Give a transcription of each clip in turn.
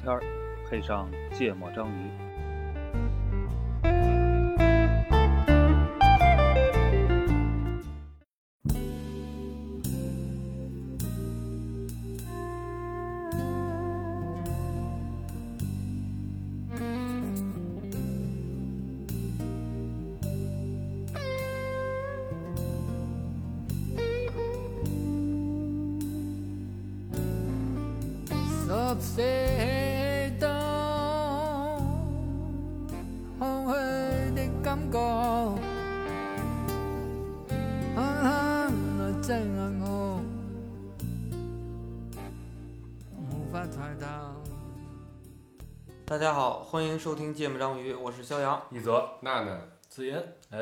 天儿，配上芥末章鱼。 Some say don't 空虛的感覺，狠狠來擠壓我，無法抬頭。大家好，欢迎收听《芥末章鱼》，我是肖阳。一泽、娜娜，子言，哎，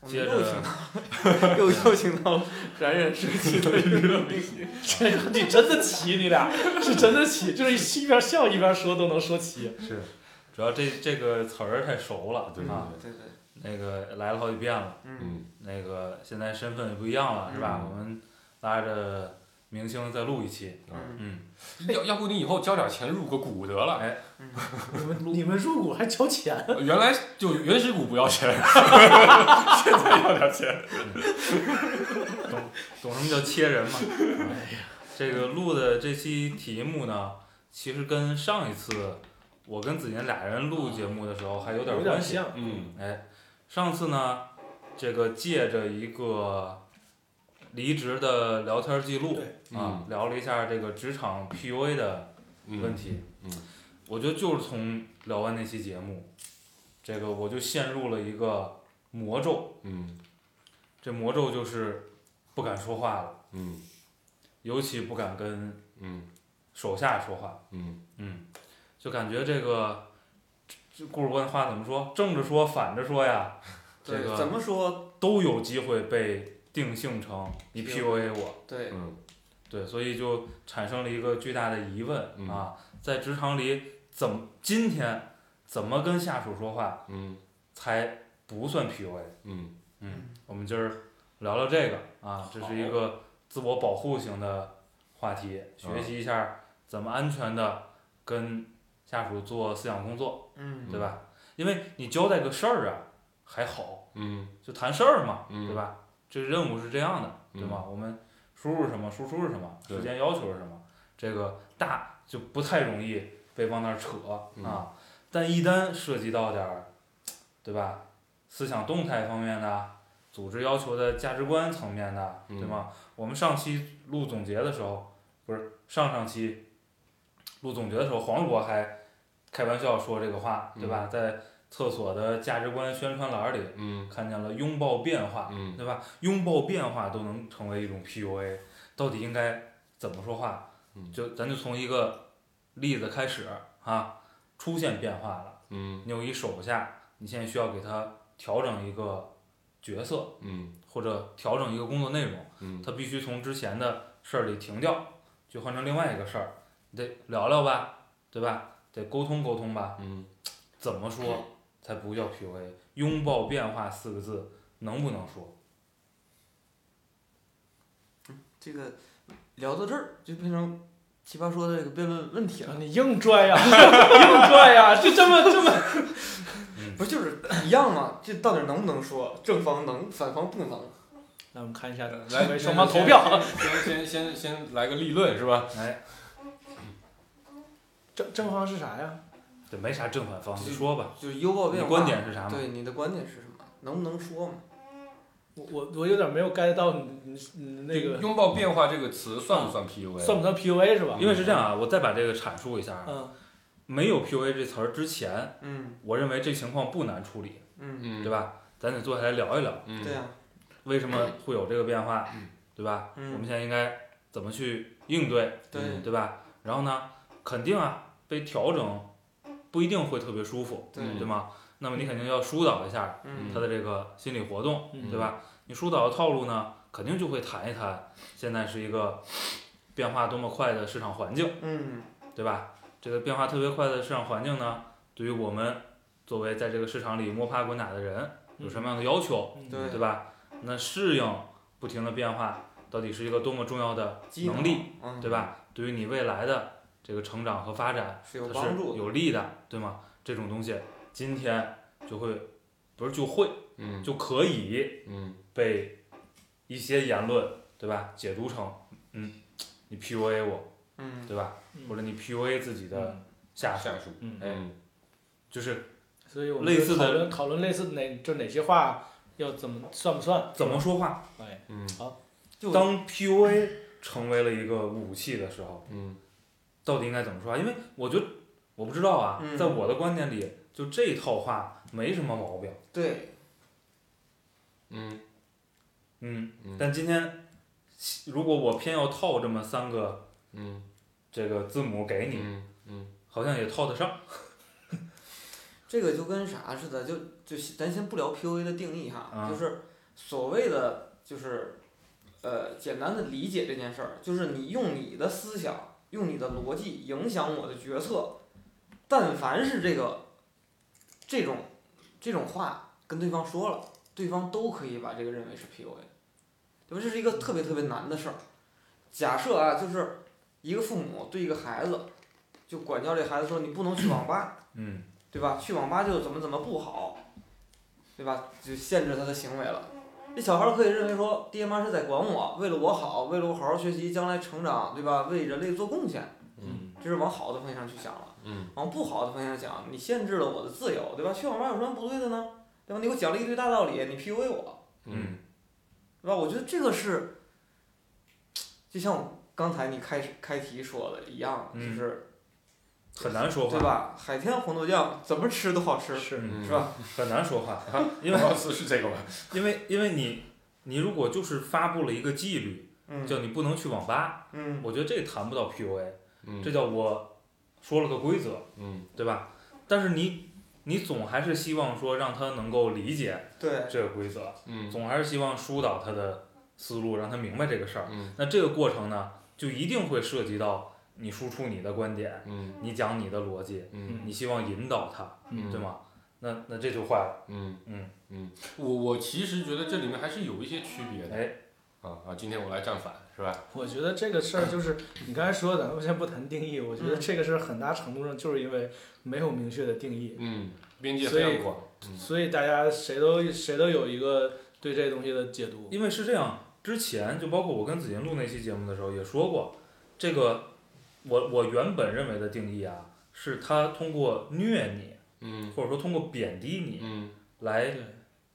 我们接嗯又请着，到又又请到了冉冉升起的娱乐明星，这个你真的齐，你俩是真的齐，就是一边笑一边说都能说齐。是， 主要这这个词儿太熟了，对对啊，对，对对，那个来了好几遍了，嗯，嗯，那个现在身份也不一样了，是吧？嗯我们拉着明星再录一期，啊，嗯，要要不你以后交点钱入个股得了，哎，你们你们入股还交钱？原来就原始股不要钱，现在要点钱，懂什么叫切人吗？这个录的这期题目呢，其实跟上一次我跟子妍俩人录节目的时候还有点关系，像，嗯，哎，上次呢，这个借着一个离职的聊天记录对啊，聊了一下这个职场 PUA 的问嗯，题。嗯嗯我觉得就是从聊完那期节目，这个我就陷入了一个魔咒，嗯，这魔咒就是不敢说话了，嗯，尤其不敢跟嗯，手下说话。嗯，嗯，就感觉这个这这故事官话怎么说，正着说反着说呀，这对，个怎么说？都有机会被定性成你 PUA 我，对，嗯，对，所以就产生了一个巨大的疑问、嗯啊，在职场里怎么今天怎么跟下属说话嗯，才不算 PUA？嗯，嗯，我们今儿聊聊这个啊，这是一个自我保护型的话题，学习一下怎么安全的跟下属做思想工作，嗯，对吧？因为你交代个事儿啊还好，嗯，就谈事儿嘛，嗯对吧？这任务是这样的，对吗？我们输入什么，输出是什么，对时间要求是什么，这个大就不太容易被往那儿扯嗯啊。但一旦涉及到点儿，对吧？思想动态方面的，组织要求的价值观层面的，对嗯吗？我们上期录总结的时候，不是上上期录总结的时候，黄主播还开玩笑说这个话，对吧？在厕所的价值观宣传栏里嗯，看见了拥抱变化，嗯，对吧？拥抱变化都能成为一种 PUA，到底应该怎么说话？嗯就咱就从一个例子开始啊，出现变化了，嗯，你有一手下，你现在需要给他调整一个角色嗯，或者调整一个工作内容，嗯，他必须从之前的事儿里停掉，就换成另外一个事儿，你得聊聊吧，对吧？得沟通沟通吧，嗯，怎么说才不叫 PUA？拥抱变化四个字能不能说？这个聊到这儿就变成奇葩说的这个辩论问题了，你硬拽 呀，硬拽呀，就这么这么，不是就是一样吗？这到底能不能说？正方能，反方不能。那我们看一下来两位双方投票，， 先先先先来个立论是吧？哎。正正方是啥呀？这没啥正反方，你说吧，就是优暴你变化。观点是啥嘛？对，你的观点是什么？能不能说嘛？我我我有点没有 get 到你你你那个拥抱变化这个词算不算 PUA？算不算 PUA 是吧？因为是这样啊，我再把这个阐述一下啊。嗯没有 PUA 这词儿之前，嗯我认为这情况不难处理，嗯，嗯，对？吧？咱得坐下来聊一聊，嗯，对啊，为什么会有这个变化，对吧？嗯我们现在应该怎么去应对，对对吧？然后呢，肯定啊，被调整不一定会特别舒服，对，对吗？那么你肯定要疏导一下嗯他的这个心理活动，嗯对吧？你疏导的套路呢，肯定就会谈一谈现在是一个变化多么快的市场环境。嗯对吧？这个变化特别快的市场环境呢，对于我们作为在这个市场里摸爬滚打的人，有什么样的要求，嗯嗯对对吧？那适应不停的变化，到底是一个多么重要的技能力，嗯对吧？对于你未来的这个成长和发展，是它有是帮助的。有利的，对吗？这种东西今天就会不是就会嗯就可以嗯被一些言论，对吧？解读成，嗯，你 PUA 我，嗯，对吧？嗯或者你 PUA 自己的下属，下属，嗯哎，嗯就是所以我们类似就的讨论讨论类似哪就哪些话要怎么算不算？怎么说话。哎，嗯就当 PUA 成为了一个武器的时候，嗯到底应该怎么说话？因为我觉得我不知道啊，嗯在我的观点里，就这套话没什么毛病，对，嗯嗯。嗯但今天如果我偏要套这么三个嗯这个字母给你，嗯嗯好像也套得上。这个就跟啥似的，就就咱先不聊 PUA 的定义哈，啊就是所谓的就是，呃，简单的理解这件事儿，就是你用你的思想，用你的逻辑影响我的决策，但凡是这个这种这种话跟对方说了，对方都可以把这个认为是 PUA，对吧？这是一个特别特别难的事儿。假设啊，就是一个父母对一个孩子，就管教这孩子说你不能去网吧。嗯对吧？去网吧就怎么怎么不好，对吧？就限制他的行为了。这小孩儿可以认为说，爹妈是在管我，为了我好，为了我好好学习，将来成长，对吧？为人类做贡献，嗯这是往好的方向去想了。嗯往不好的方向想，你限制了我的自由，对吧？去网吧有什么不对的呢？对吧？你给我讲了一堆大道理，你 PUA 我，嗯嗯对吧？我觉得这个是，就像我刚才你开始开题说的一样，就嗯是、很难说对话，吧？海天红豆酱怎么吃都好吃，是嗯是吧？很难说话， 因为 老师是这个吧？因为因为你你如果就是发布了一个纪律，嗯叫你不能去网吧，嗯我觉得这谈不到 PUA，嗯这叫我说了个规则，嗯对吧？但是你你总还是希望说让他能够理解对。这个规则，嗯总还是希望疏导他的思路，让他明白这个事儿。嗯那这个过程呢，就一定会涉及到你输出你的观点，嗯你讲你的逻辑，嗯你希望引导他，嗯对吗？那那这就坏了，嗯嗯嗯，我我其实觉得这里面还是有一些区别的哎，啊啊！今天我来站反是吧？我觉得这个事儿就是你刚才说的，咱们先不谈定义，我觉得嗯这个事儿很大程度上就是因为没有明确的定义，嗯，边界非常广。嗯所以大家谁都谁都有一个对这东西的解读。因为是这样，之前就包括我跟子银录那期节目的时候也说过，这个我我原本认为的定义啊，是他通过虐你，嗯或者说通过贬低你嗯来对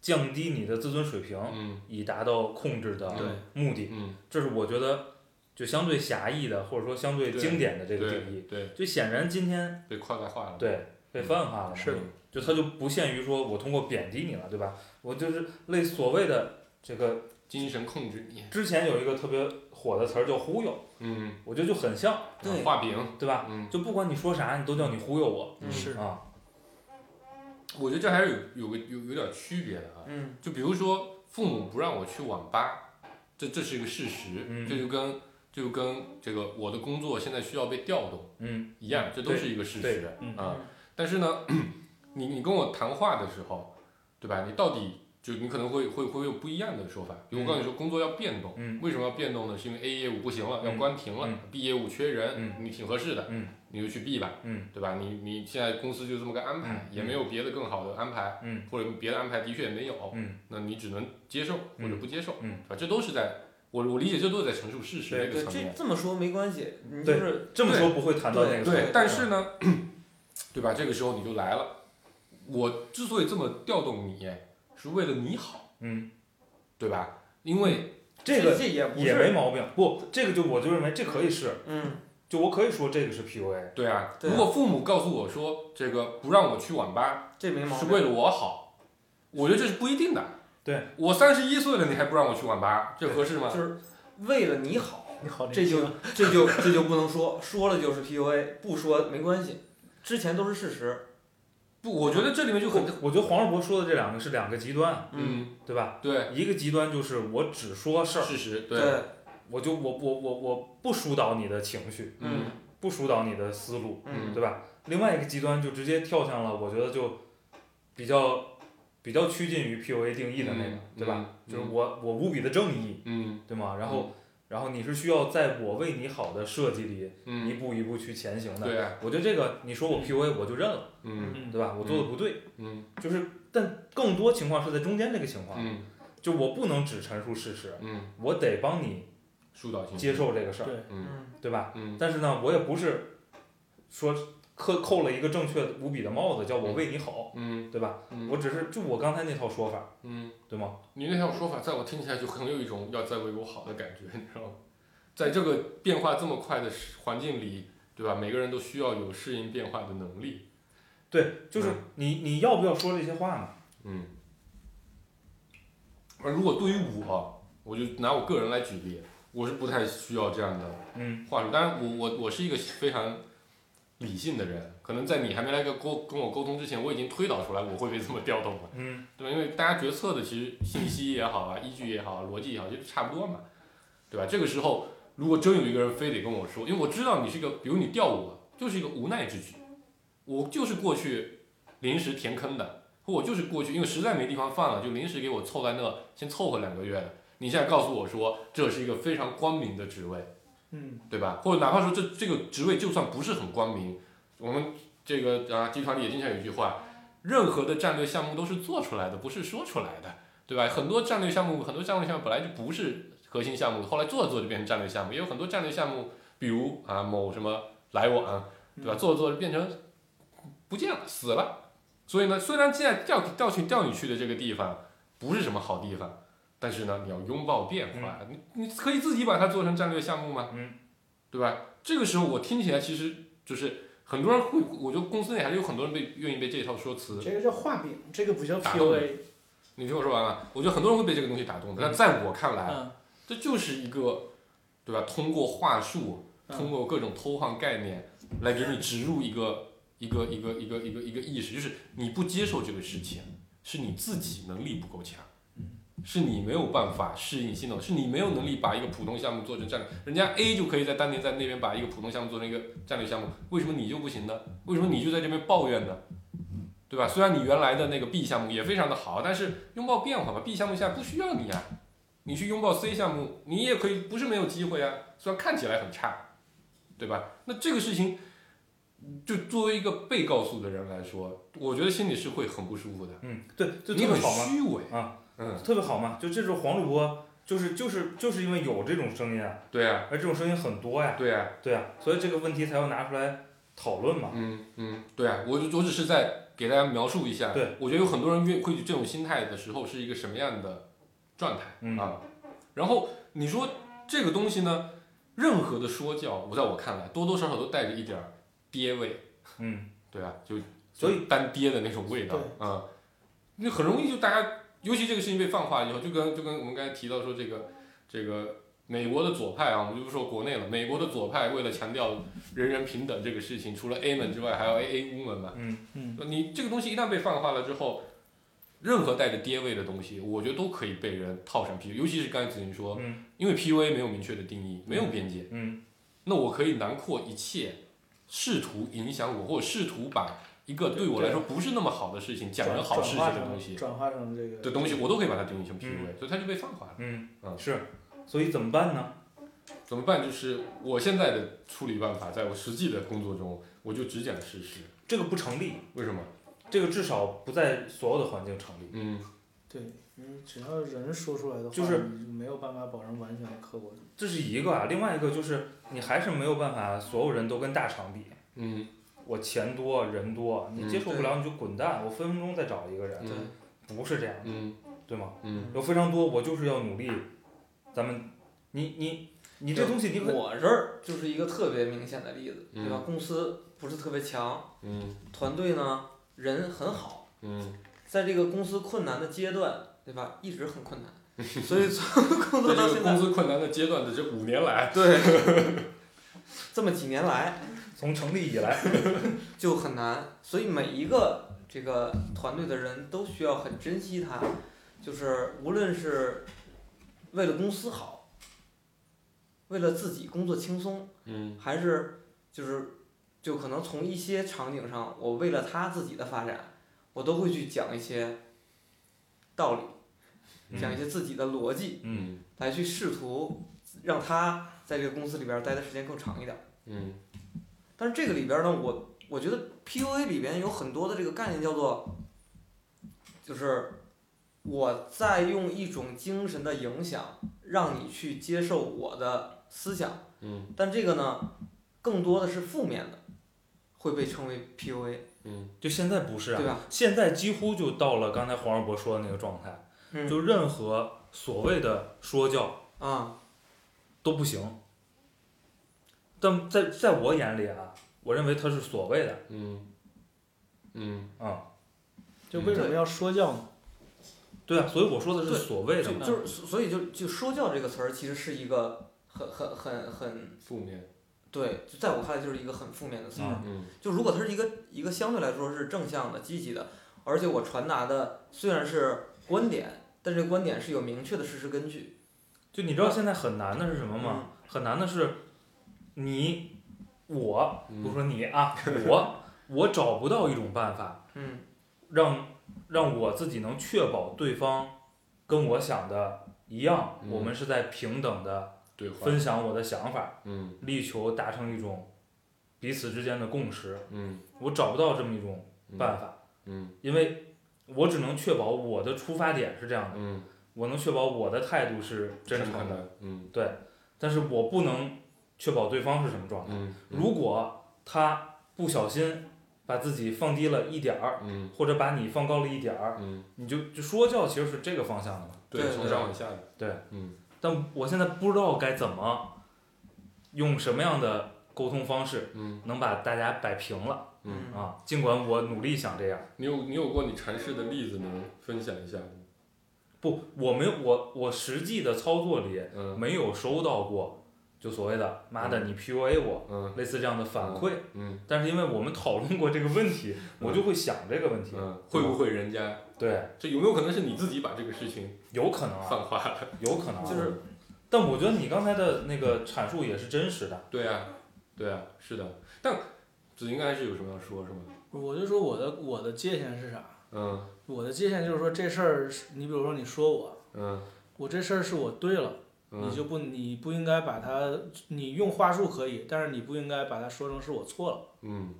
降低你的自尊水平，嗯以达到控制的对目的。嗯，这是我觉得就相对狭义的，或者说相对对经典的这个定对义。对，就显然今天被夸大化了。对被泛化了嘛，嗯是的就它就不限于说我通过贬低你了，对吧？我就是类所谓的这个精神控制你。之前有一个特别火的词儿叫忽悠，嗯，啊我觉得就很像，对画饼。对吧？嗯，就不管你说啥，你都叫你忽悠我嗯是啊，我觉得这还是有有个有有点区别的啊。嗯就比如说父母不让我去网吧，这这是一个事实，嗯这就跟就跟这个我的工作现在需要被调动嗯一样，这都是一个事实嗯啊。但是呢， 你你跟我谈话的时候，对吧？你到底就你可能会会会有不一样的说法，比如我嗯告诉你说工作要变动。嗯为什么要变动呢？是因为 A 业务不行了，嗯要关停了、嗯 b 业务缺人，嗯你挺合适的，嗯你就去 B 吧，嗯对吧？你你现在公司就这么个安排，嗯也没有别的更好的安排，嗯或者别的安排的确也没有，嗯那你只能接受或者不接受，嗯对吧？这都是在我我理解，这都是在陈述事实的对一对个，层这面，这么说没关系，你就是这么说不会谈到那个对事儿对。但嗯是呢，对吧？这个时候你就来了，我之所以这么调动你，哎是为了你好，嗯，对吧？因为这这个这也不也没是，毛病。不，这个就我就认为这可以是，嗯，就我可以说这个是 PUA。对啊，对啊如果父母告诉我说这个不让我去网吧，这没毛是病。为了我好，我觉得这是不一定的。对我三十一岁了，你还不让我去网吧，这合适吗？就是为了你好，你哦好这年轻就啊，这就这就不能说，说了就是 PUA，不说没关系，之前都是事实。不，我觉得这里面就就很我我觉得黄世博说的这两个是两个极端，嗯，对吧？对，一个极端就是我只说事儿，事实对，对，嗯我就我我我我不疏导你的情绪，嗯不疏导你的思路，嗯对吧？另外一个极端就直接跳向了，我觉得就比较比较趋近于 PUA 定义的那个，嗯对吧？嗯就是我我无比的正义，嗯对吗？然后、然后你是需要在我为你好的设计里一嗯，步一步去前行的。对啊，我觉得这个你说我 PUA 我就认了，嗯对吧？我做的不对，嗯就是但更多情况是在中间这个情况，嗯就我不能只陈述事实，嗯，我得帮你疏导性接，受这个事儿，对，嗯嗯对吧？嗯但是呢，我也不是说扣扣了一个正确无比的帽子，叫我为你好，嗯对吧？嗯我只是就我刚才那套说法，嗯，对吗？你那套说法，在我听起来就很有一种要在为我好的感觉，你知道吗？在这个变化这么快的时环境里，对吧？每个人都需要有适应变化的能力。对，就是嗯你你要不要说这些话呢？嗯。而呃如果对于我，我就拿我个人来举例，我是不太需要这样的嗯，话术。当然我，我我是一个非常理性的人，可能在你还没来个沟跟我沟通之前，我已经推导出来我会被这么调动了，嗯对吧？因为大家决策的其实信息也好啊，依据也好啊，逻辑也好，就差不多嘛，对吧？这个时候，如果真有一个人非得跟我说，因为我知道你是一个，比如你调我，就是一个无奈之举，我就是过去临时填坑的，或我就是过去因为实在没地方放了，就临时给我凑在那先凑合两个月的。你现在告诉我说这是一个非常光明的职位。嗯，对吧？或者哪怕说这这个职位就算不是很光明，我们这个啊集团里也经常有一句话，任何的战略项目都是做出来的，不是说出来的，对吧？很多战略项目，很多战略项目本来就不是核心项目，后来做着做着就变成战略项目，也有很多战略项目，比如啊某什么来往，对吧？做着做着变成不见了，死了。所以呢，虽然现在调调去调你去的这个地方不是什么好地方，但是呢，你要拥抱变化，你你可以自己把它做成战略项目吗？嗯，对吧？这个时候我听起来其实就是很多人会，我觉得公司内还是有很多人被愿意被这一套说辞这个叫画饼，这个不叫打动 PUA，你听我说完了，我觉得很多人会被这个东西打动的。但在我看来，嗯这就是一个，对吧？通过话术，嗯通过各种偷换概念，来给你植入一个一个一个一个一个一个意识，就是你不接受这个事情，是你自己能力不够强，嗯是你没有办法适应新的，是你没有能力把一个普通项目做成战略。人家 A 就可以在当年在那边把一个普通项目做成一个战略项目，为什么你就不行呢？为什么你就在这边抱怨呢？对吧？虽然你原来的那个 B 项目也非常的好，但是拥抱变化吧，B 项目现在不需要你啊。你去拥抱 C 项目，你也可以不是没有机会啊，虽然看起来很差，对吧？那这个事情，就作为一个被告诉的人来说，我觉得心里是会很不舒服的。嗯，对，就你特别很好嘛，虚伪啊，嗯，特别好嘛，就这就是黄主播，就是就是就是因为有这种声音啊，对啊，而这种声音很多呀，对啊，对啊，所以这个问题才要拿出来讨论嘛。嗯嗯，对啊，我就我只是在给大家描述一下，对，我觉得有很多人愿会这种心态的时候是一个什么样的状态。嗯啊。然后你说这个东西呢，任何的说教，我在我看来多多少少都带着一点儿爹味，嗯，对吧？就所以就单爹的那种味道，啊，那很容易就大家，尤其这个事情被放话以后，就跟就跟我们刚才提到说这个这个美国的左派啊，我们就不说国内了，美国的左派为了强调人人平等这个事情，除了 A 们之外，还有 A A 乌们嘛，嗯嗯，你这个东西一旦被泛化了之后，任何带着爹味的东西，我觉得都可以被人套上 P，尤其是刚才子宁说，嗯因为 PUA 没有明确的定义，没有边界，嗯那我可以囊括一切试图影响我，或者试图把一个对我来说不是那么好的事情讲转成好事情转化的成东西转化成这个的东西，我都可以把它定义成 PUA，、所以它就被泛化了。嗯，嗯是，所以怎么办呢？怎么办？就是我现在的处理办法，在我实际的工作中，我就只讲事实。这个不成立，为什么？这个至少不在所有的环境成立。嗯，对，因为嗯只要人说出来的话，就是你没有办法保证完全的客观。这是一个啊，另外一个就是你还是没有办法，所有人都跟大厂比，嗯，我钱多人多，你嗯接受不了你就滚蛋，我分分钟再找一个人，嗯对，不是这样的，嗯，对吗？嗯，有非常多，我就是要努力。咱们，你你你这东西你可我这儿就是一个特别明显的例子，对吧？公司不是特别强，嗯，团队呢人很好，嗯，在这个公司困难的阶段，对吧？一直很困难，所以从工作在到这个现公在，司困难的阶段的这五年 来，对，这么几年来，从成立以来，就很难，所以每一个这个团队的人都需要很珍惜它，就是无论是为了公司好，为了自己工作轻松，嗯还是就是就可能从一些场景上，我为了他自己的发展，我都会去讲一些道理，讲一些自己的逻辑，嗯，来去试图让他在这个公司里边儿待的时间更长一点儿。嗯但是这个里边儿呢，我我觉得 PUA 里边有很多的这个概念叫做，就是我在用一种精神的影响，让你去接受我的思想。嗯但这个呢，更多的是负面的，会被称为 PUA，嗯就现在不是啊对，吧？现在几乎就到了刚才黄世博说的那个状态，嗯就任何所谓的说教啊，都不行。但在在我眼里啊，我认为他是所谓的，嗯嗯嗯，就为什么要说教呢？对啊，所以我说的是对所谓的就嘛，就是所以就就说教这个词儿，其实是一个很很很很负面对，就在我看来就是一个很负面的词儿。嗯嗯就如果它是一个一个相对来说是正向的、积极的，而且我传达的虽然是观点，但这个观点是有明确的事实根据。就你知道现在很难的是什嗯么嗯吗？很难的是你我嗯不说你啊，我 我找不到一种办法嗯让让我自己能确保对方跟我想的一样，嗯我们是在平等的对话分享我的想法。嗯力求达成一种彼此之间的共识。嗯我找不到这么一种嗯办法，嗯因为我只能确保我的出发点是这样的，嗯我能确保我的态度是真诚的，的嗯但是我不能确保对方是什么状态。嗯如果他不小心把自己放低了一点儿，嗯或者把你放高了一点儿，嗯你就就说教其实是这个方向的嘛。对对从对上往下的对嗯但我现在不知道该怎么用什么样的沟通方式嗯能把大家摆平了。嗯嗯，啊，尽管我努力想这样，你有你有过你阐释的例子能分享一下吗？不，我没有，我我实际的操作里嗯没有收到过，就所谓的妈的你 PUA 我，嗯类似这样的反馈。嗯但是因为我们讨论过这个问题，我就会想这个问题，嗯，会不会人家对，这有没有可能是你自己把这个事情有可能啊，泛化了？有可能、啊，就是，但我觉得你刚才的那个阐述也是真实的，对啊，对啊，是的。但子应该是有什么要说是吗？我就说我的我的界限是啥？嗯我的界限就是说这事儿是，你比如说你说我，嗯我这事儿是我对了，嗯，你就不你不应该把它，你用话术可以，但是你不应该把它说成是我错了。嗯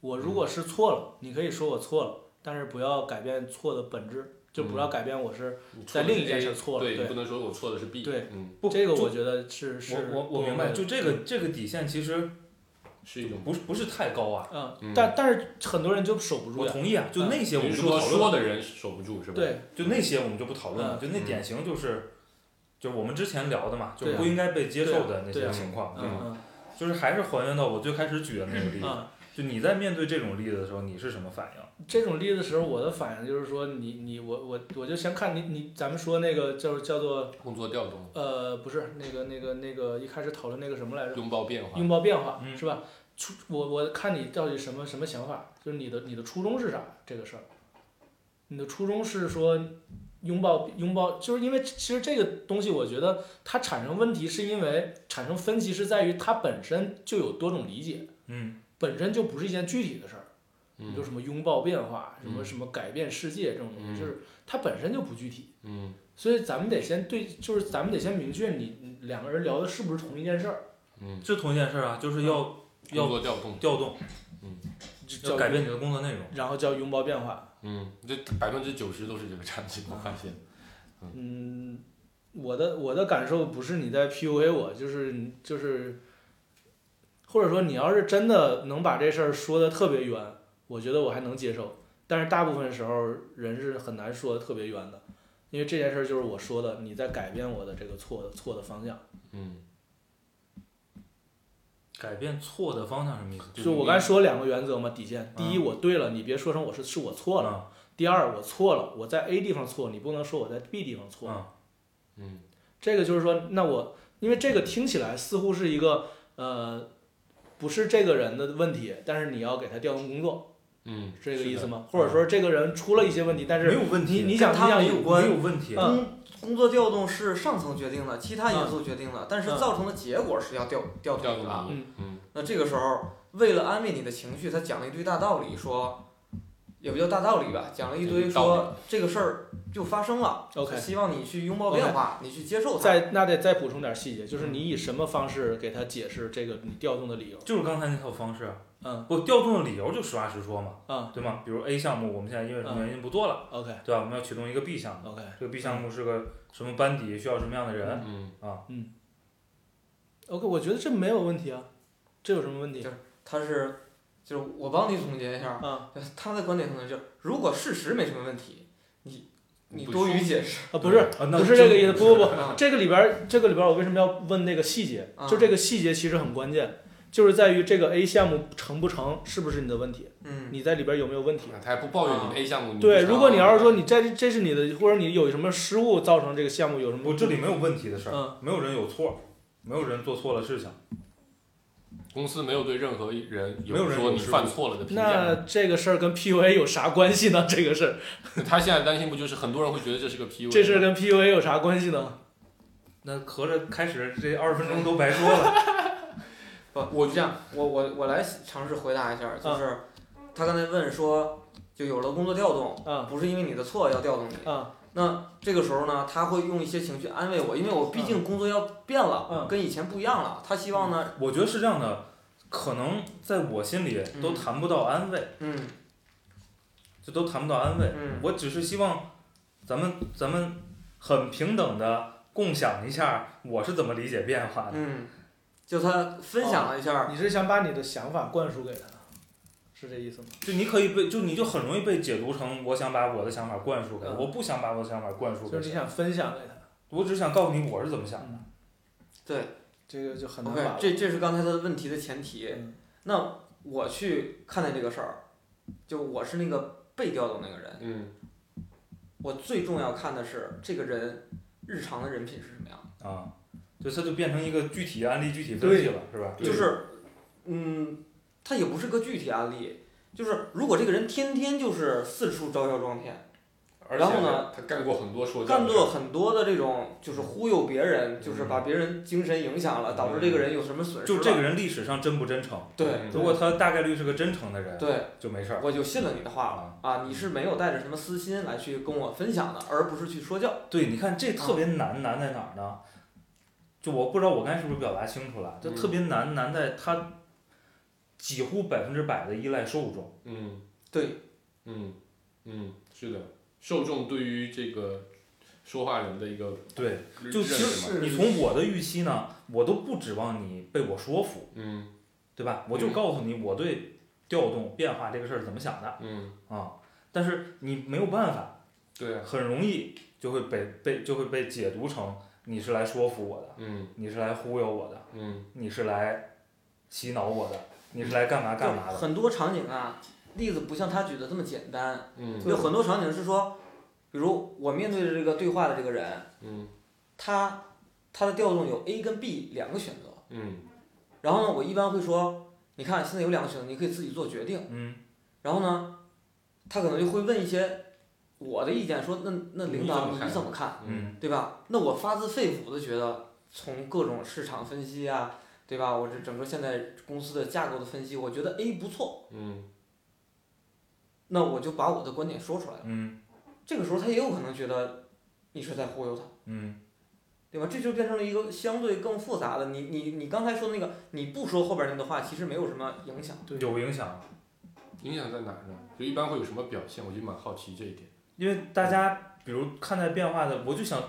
我如果是错了，你可以说我错了，但是不要改变错的本质，就不要改变我是、你嗯错在的另是一件 A，事错了对，你对不能说我错的是 B，对，嗯，不，这个，就我觉得是是我我我不明白，对的就这个这个底线其实是一种不是不是太高啊，嗯，嗯但但是很多人就守不住我呀，同意啊，就那些我你们是就说不讨论了说的人守不住是吧？，对就那些我们就不讨论嗯了，就那嗯典型就是，就是我们之前聊的嘛，就对啊不应该被接受对的那对些啊情况，嗯嗯就是还是还原到我最开始举的那个例嗯子，嗯，就你在面对这种例子的时候，你是什么反应？这种例子的时候，我的反应就是说你你我我我就先看你你咱们说那个就是叫做。工作调动、呃，不是那个那个那个一开始讨论那个什么来着？拥抱变化，拥抱变化、嗯是吧？初我我看你到底什么什么想法，就是你的你的初衷是啥这个事儿？你的初衷是说拥抱拥抱，就是因为其实这个东西，我觉得它产生问题是因为产生分歧是在于它本身就有多种理解，嗯，本身就不是一件具体的事儿。你说嗯什么拥抱变化，什么嗯什么改变世界这种东嗯西，就是它本身就不具体。嗯所以咱们得先对，就是咱们得先明确你你两个人聊的是不是同一件事儿，嗯，是同一件事啊，就是要工要作调动，调动，就叫要改变你的工作内容。然后叫拥抱变化。嗯，这百分之九十都是这个场景，我发现，嗯，我的我的感受不是你在 PUA 我，就是就是，或者说你要是真的能把这事儿说的特别圆，我觉得我还能接受。但是大部分时候人是很难说的特别圆的，因为这件事儿就是我说的，你在改变我的这个错的错的方向。嗯，改变错的方向什么意思？就就我你刚才说两个原则嘛，底线，第一嗯我对了，你别说成我是是我错了。了，第二，我错了，我在 A 地方错，你不能说我在 B 地方错。嗯，嗯这个就是说，那我因为这个听起来似乎是一个呃，不是这个人的问题，但是你要给他调动工作，嗯，是这个是意的思吗？或者说这个人出了一些问题，但没是有问题，你你想跟他你想没有关没有问题，嗯工工作调动是上层决定的，其他因素决定的，但是嗯造成的结果是要调调调动的啊。动你，嗯那这个时候，为了安慰你的情绪，他讲了一堆大道理，说也不叫大道理吧，讲了一堆道理说这个事儿就发生了 OK 希望你去拥抱变化你去接受它。再那得再补充点细节，嗯就是你以什么方式给他解释这个你调动的理由？就是刚才那套方式，啊嗯我调动的理由就实话实说嘛，嗯对吗？比如 A 项目我们现在因为什么原因不做了， ，OK 对吧？我们要启动一个 B 项目， OK 这个 B 项目是个什么班底，需要什么样的人，嗯， OK，我觉得这没有问题啊，这有什么问题就？他是，就是我帮你总结一下，啊他的观点可能就是，如果事实没什么问题，你你不多说余解释，啊，不是，嗯啊，那不是这个意思，就嗯不不不，啊这个里边儿这个里边儿我为什么要问那个细节？啊就这个细节其实很关键，就是在于这个 A 项目成不成是不是你的问题，嗯，你在里边儿有没有问题？他还不抱怨你的 A 项目，你对，嗯不知道如果你要是说你这这是你的，或者你有什么失误造成这个项目有什么，我这里没有问题的事儿嗯，没有人有错，没有人做错了事情，公司没有对任何人没有人说有你失误犯错了的评价，那这个事儿跟 PUA 有啥关系呢？这个事儿，他现在担心不就是很多人会觉得这是个 PUA，这事儿跟 PUA 有啥关系呢？那合着开始这二十分钟都白说了，不，我这样，我我我来尝试回答一下，就是他刚才问说，就有了工作调动，啊不是因为你的错要调动你，啊那这个时候呢，他会用一些情绪安慰我，因为我毕竟工作要变了，嗯跟以前不一样了，他希望呢，我觉得是这样的，可能在我心里都嗯谈不到安慰，嗯就都谈不到安慰，嗯我只是希望咱们咱们很平等的共享一下我是怎么理解变化的。嗯，就他分享了一下，你是想把你的想法灌输给他，是这意思吗？就你可以被，就你就很容易被解读成我想把我的想法灌输给他，嗯我不想把我的想法灌输给就是你他，想分享给他，我只想告诉你我是怎么想的。这个就很难 OK，把握。这这是刚才他的问题的前提。嗯那我去看待这个事儿，就我是那个被调动那个人，嗯，我最重要看的是这个人日常的人品是什么样的，啊，就它就变成一个具体案例具体分析了，是吧？对就是，嗯，他也不是个具体案例，就是如果这个人天天就是四处招摇撞骗，而且然后呢他干过很多说教干的事过很多的这种就是忽悠别人，就是把别人精神影响了，导致这个人有什么损失就了，这个人历史上真不真诚，对嗯如果他大概率是个真诚的人，对。就没事儿。我就信了你的话了啊！你是没有带着什么私心来去跟我分享的，而不是去说教。对，你看这特别难，难在哪儿呢？就我不知道我刚才是不是表达清楚了，就嗯特别难，难在他几乎百分之百的依赖受众。嗯，对，嗯，嗯，是的，受众对于这个说话人的一个对，认就认其识实嘛，你从我的预期呢，我都不指望你被我说服，嗯对吧？我就嗯告诉你我对调动变化这个事儿怎么想的啊、嗯，但是你没有办法，对啊，很容易就会被被就会被解读成你是来说服我的，嗯你是来忽悠我的，嗯你是来洗脑我的，你是来干嘛干嘛就的。很多场景啊，例子不像他举的这么简单。嗯有很多场景是说，比如我面对着这个对话的这个人，嗯他他的调动有 A 跟 B 两个选择，嗯然后呢，我一般会说，你看现在有两个选择，你可以自己做决定。嗯，然后呢，他可能就会问一些我的意见，说那那领导你怎么看你怎么看？嗯嗯对吧？那我发自肺腑的觉得，从各种市场分析啊，对吧？我这整个现在公司的架构的分析，我觉得 A 不错，嗯那我就把我的观点说出来了。嗯这个时候他也有可能觉得你是在忽悠他，嗯对吧？这就变成了一个相对更复杂的。你你你刚才说的那个，你不说后边那个话，其实没有什么影响。嗯，有影响，影响在哪儿呢？就一般会有什么表现？我就蛮好奇这一点。因为大家比如看待变化的，我就想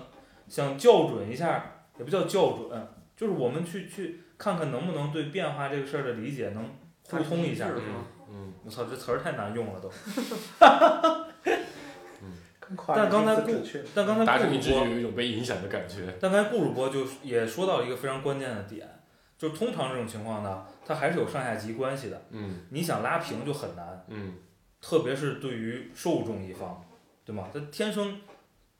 想校准一下，也不叫校准，就是我们去去看看能不能对变化这个事儿的理解能互通一下是。嗯吗嗯我操，这词儿太难用了都。但但刚才顾不，但刚才打顾着你主之前播，有一种被影响的感觉。但刚才顾主播就也说到一个非常关键的点，就通常这种情况呢，它还是有上下级关系的，嗯你想拉平就很难。嗯特别是对于受众一方，对吗？他天生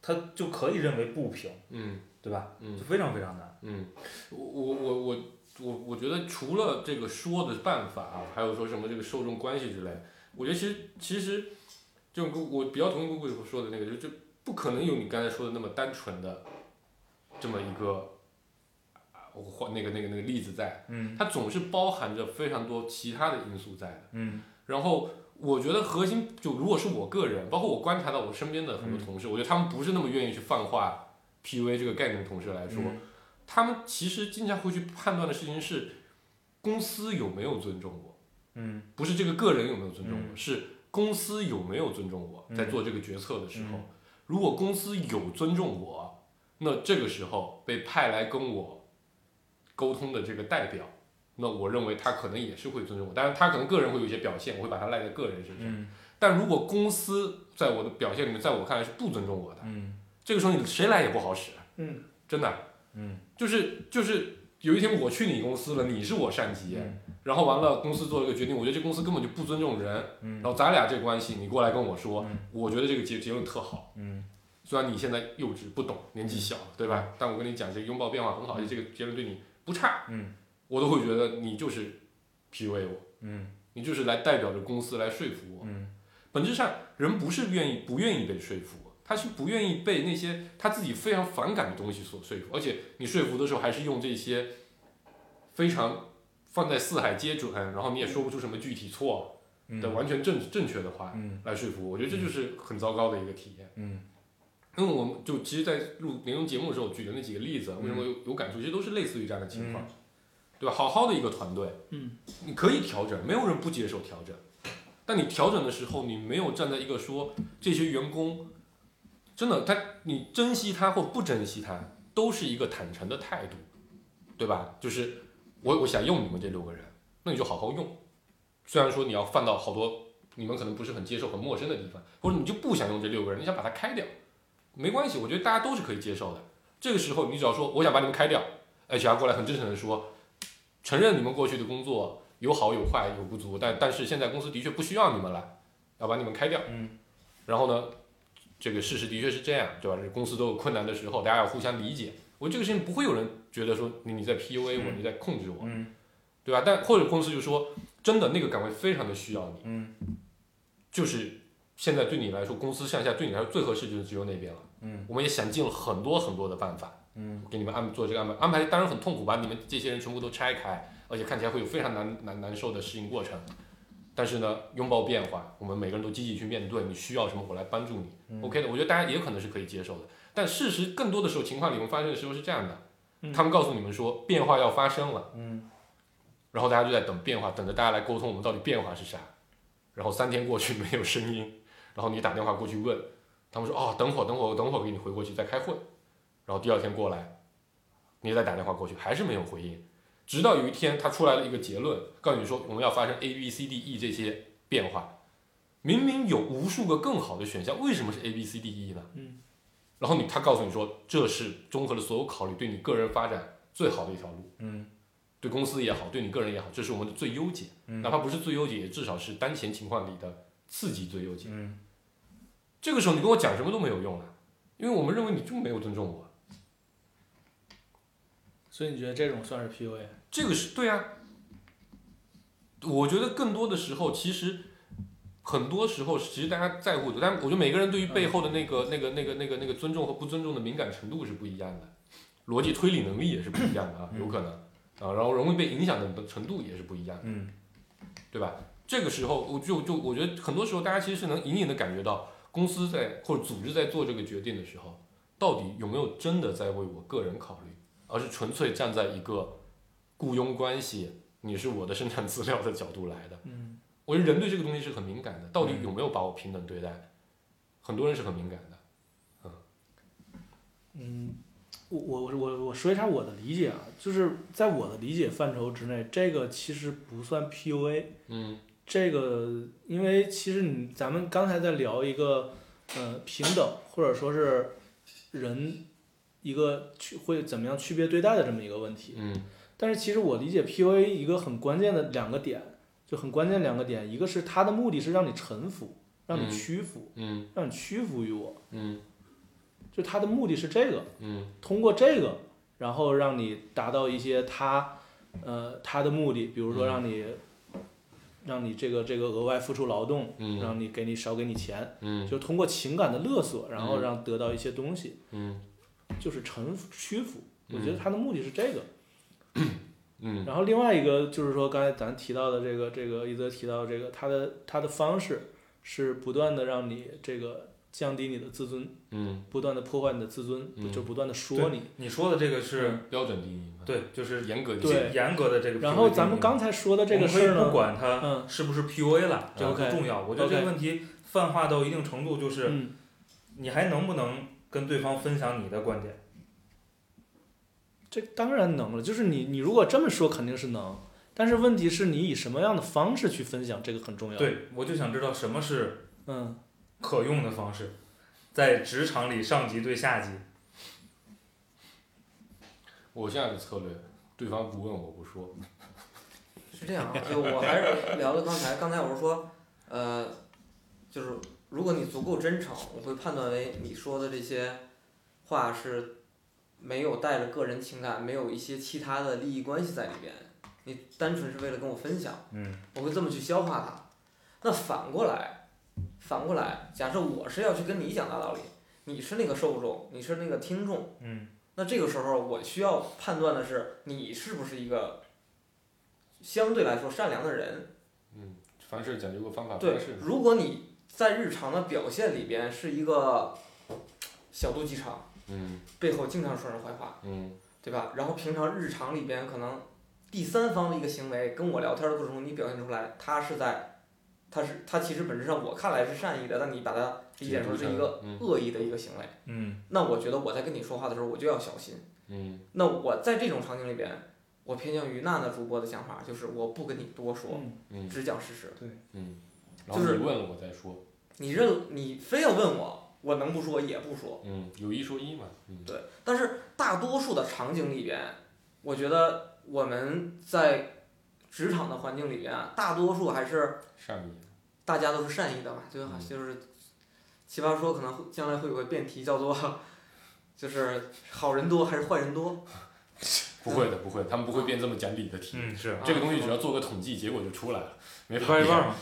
他就可以认为不平，嗯对吧？嗯就非常非常难。嗯，我我我我我我觉得除了这个说的办法啊，还有说什么这个受众关系之类，我觉得其实其实就跟我比较同意姑姑所说的那个，就就不可能有你刚才说的那么单纯的这么一个啊我换那个那个那个例子在，嗯它总是包含着非常多其他的因素在的。嗯然后我觉得核心就如果是我个人，包括我观察到我身边的很多同事，我觉得他们不是那么愿意去泛化 PUA 这个概念的同事来说，嗯他们其实经常会去判断的事情是公司有没有尊重我，嗯不是这个个人有没有尊重我，是公司有没有尊重我嗯在做这个决策的时候嗯。如果公司有尊重我，那这个时候被派来跟我沟通的这个代表，那我认为他可能也是会尊重我，当然他可能个人会有一些表现，我会把他赖在个人身上。嗯但如果公司在我的表现里面，在我看来是不尊重我的，嗯这个时候你谁来也不好使，嗯，真的。嗯，就是就是有一天我去你公司了，你是我上级，嗯然后完了公司做了一个决定，我觉得这公司根本就不尊重人，嗯然后咱俩这关系你过来跟我说，嗯我觉得这个结结论特好，嗯虽然你现在幼稚不懂，年纪小，对吧？但我跟你讲，这个拥抱变化很好，而且这个结论对你不差，嗯我都会觉得你就是 PUA 我，嗯你就是来代表着公司来说服我。嗯本质上，人不是愿意不愿意被说服，他是不愿意被那些他自己非常反感的东西所说服，而且你说服的时候还是用这些非常放在四海皆准，然后你也说不出什么具体错嗯的完全正正确的话嗯来说服我，我觉得这就是很糟糕的一个体验。嗯因为我们就其实，在录年终节目的时候举的那几个例子，啊为什么有有感触，其实都是类似于这样的情况，对吧？好好的一个团队，嗯，你可以调整，没有人不接受调整，但你调整的时候，你没有站在一个说这些员工真的他，你珍惜他或不珍惜他，都是一个坦诚的态度，对吧？就是我我想用你们这六个人，那你就好好用，虽然说你要放到好多你们可能不是很接受、很陌生的地方，或者你就不想用这六个人，你想把它开掉。没关系，我觉得大家都是可以接受的。这个时候，你只要说我想把你们开掉，HR 过来很真诚的说，承认你们过去的工作有好有坏有不足，但但是现在公司的确不需要你们了，要把你们开掉。嗯然后呢，这个事实的确是这样，对吧？这公司都有困难的时候，大家要互相理解。我觉得这个事情不会有人觉得说你你在 PUA 我，嗯你在控制我，嗯对吧？但或者公司就说，真的那个岗位非常的需要你，嗯就是现在对你来说，公司上下对你来说最合适就是只有那边了。嗯我们也想尽了很多很多的办法，嗯给你们安做这个安排，安排当然很痛苦，把你们这些人全部都拆开，而且看起来会有非常难难难受的适应过程。但是呢，拥抱变化，我们每个人都积极去面对。你需要什么，我来帮助你。OK 嗯的，我觉得大家也可能是可以接受的。但事实更多的时候，情况里面发生的时候是这样的，嗯他们告诉你们说变化要发生了，嗯然后大家就在等变化，等着大家来沟通我们到底变化是啥。然后三天过去没有声音，然后你打电话过去问，他们说哦，等会儿等会儿等会儿给你回过去，在开会。然后第二天过来，你再打电话过去，还是没有回应。直到有一天他出来了一个结论，告诉你说我们要发生 A B C D E 这些变化，明明有无数个更好的选项，为什么是 A B C D E 呢？嗯。然后你他告诉你说这是综合了所有考虑，对你个人发展最好的一条路。嗯对公司也好，对你个人也好，这是我们的最优解。嗯哪怕不是最优解，也至少是当前情况里的刺激最优解。嗯这个时候你跟我讲什么都没有用了，因为我们认为你就没有尊重我。所以你觉得这种算是 PUA？这个是对啊。我觉得更多的时候，其实很多时候，其实大家在乎的，但我觉得每个人对于背后的那嗯个、那个、那个、那个、那个尊重和不尊重的敏感程度是不一样的，逻辑推理能力也是不一样的啊，嗯有可能啊，然后容易被影响的程度也是不一样的。嗯对吧？这个时候，我就就我觉得很多时候，大家其实是能隐隐的感觉到，公司在或者组织在做这个决定的时候，到底有没有真的在为我个人考虑，而是纯粹站在一个雇佣关系，你是我的生产资料的角度来的。嗯，我觉得人对这个东西是很敏感的，到底有没有把我平等对待，很多人是很敏感的。嗯，我我我我说一下我的理解啊，就是在我的理解范畴之内，这个其实不算 PUA，嗯这个因为其实你咱们刚才在聊一个呃平等或者说是人一个区会怎么样区别对待的这么一个问题，嗯但是其实我理解 PUA 一个很关键的两个点，就很关键两个点，一个是它的目的是让你臣服，让你嗯屈服，嗯让你屈服于我，嗯就它的目的是这个。嗯通过这个，然后让你达到一些他，呃，他的目的，比如说嗯让你，让你这个这个额外付出劳动，嗯让你给你少给你钱，嗯就通过情感的勒索，然后嗯让得到一些东西，嗯就是臣服屈服。我嗯觉得他的目的是这个，嗯然后另外一个就是说，刚才咱提到的这个这个一则提到这个，他的他的方式是不断的让你这个降低你的自尊，嗯，不断的破坏你的自尊，嗯就不断的说你。你说的这个是标准定义嘛，对，就是严格定义，对严格的这个 PUA 定义。然后咱们刚才说的这个我们事可以儿不呢，管它嗯是不是 PUA 了，这个不 OK，重要。我觉得这个 OK 问题泛化到一定程度，就是嗯，你还能不能跟对方分享你的观点？这当然能了，就是你你如果这么说肯定是能，但是问题是你以什么样的方式去分享，这个很重要。，对，我就想知道什么是嗯，可用的方式，在职场里上级对下级。我现在的策略，对方不问我不说，是这样啊，就我还是聊到刚才，刚才我是说，呃，就是如果你足够真诚，我会判断为你说的这些话是没有带着个人情感，没有一些其他的利益关系在里边，你单纯是为了跟我分享，嗯，我会这么去消化它。那反过来，反过来，假设我是要去跟你讲大道理，你是那个受众，你是那个听众，嗯，那这个时候我需要判断的是你是不是一个相对来说善良的人。嗯，凡事讲究个方法对方式，，如果你在日常的表现里边是一个小肚鸡肠，嗯背后经常说人坏话，嗯对吧？然后平常日常里边可能第三方的一个行为跟我聊天的过程中，你表现出来他是在，他是他其实本质上我看来是善意的，但你把它理解成是一个嗯恶意的一个行为，嗯，那我觉得我在跟你说话的时候我就要小心。嗯那我在这种场景里边，我偏向于娜娜主播的想法，就是我不跟你多说，嗯嗯只讲事实。嗯，然后就是你问了我再说，你认你非要问我，我能不说也不说。嗯，有一说一嘛，嗯对，但是大多数的场景里边，我觉得我们在职场的环境里边啊，大多数还是善意，大家都是善意的吧，就好嗯就是奇葩说可能会将来会有个辩题叫做，就是好人多还是坏人多？不会的不会，他们不会变这么讲理的题，嗯，是这个东西啊只要做个统计，结果就出来了，没一法半一变半嘛。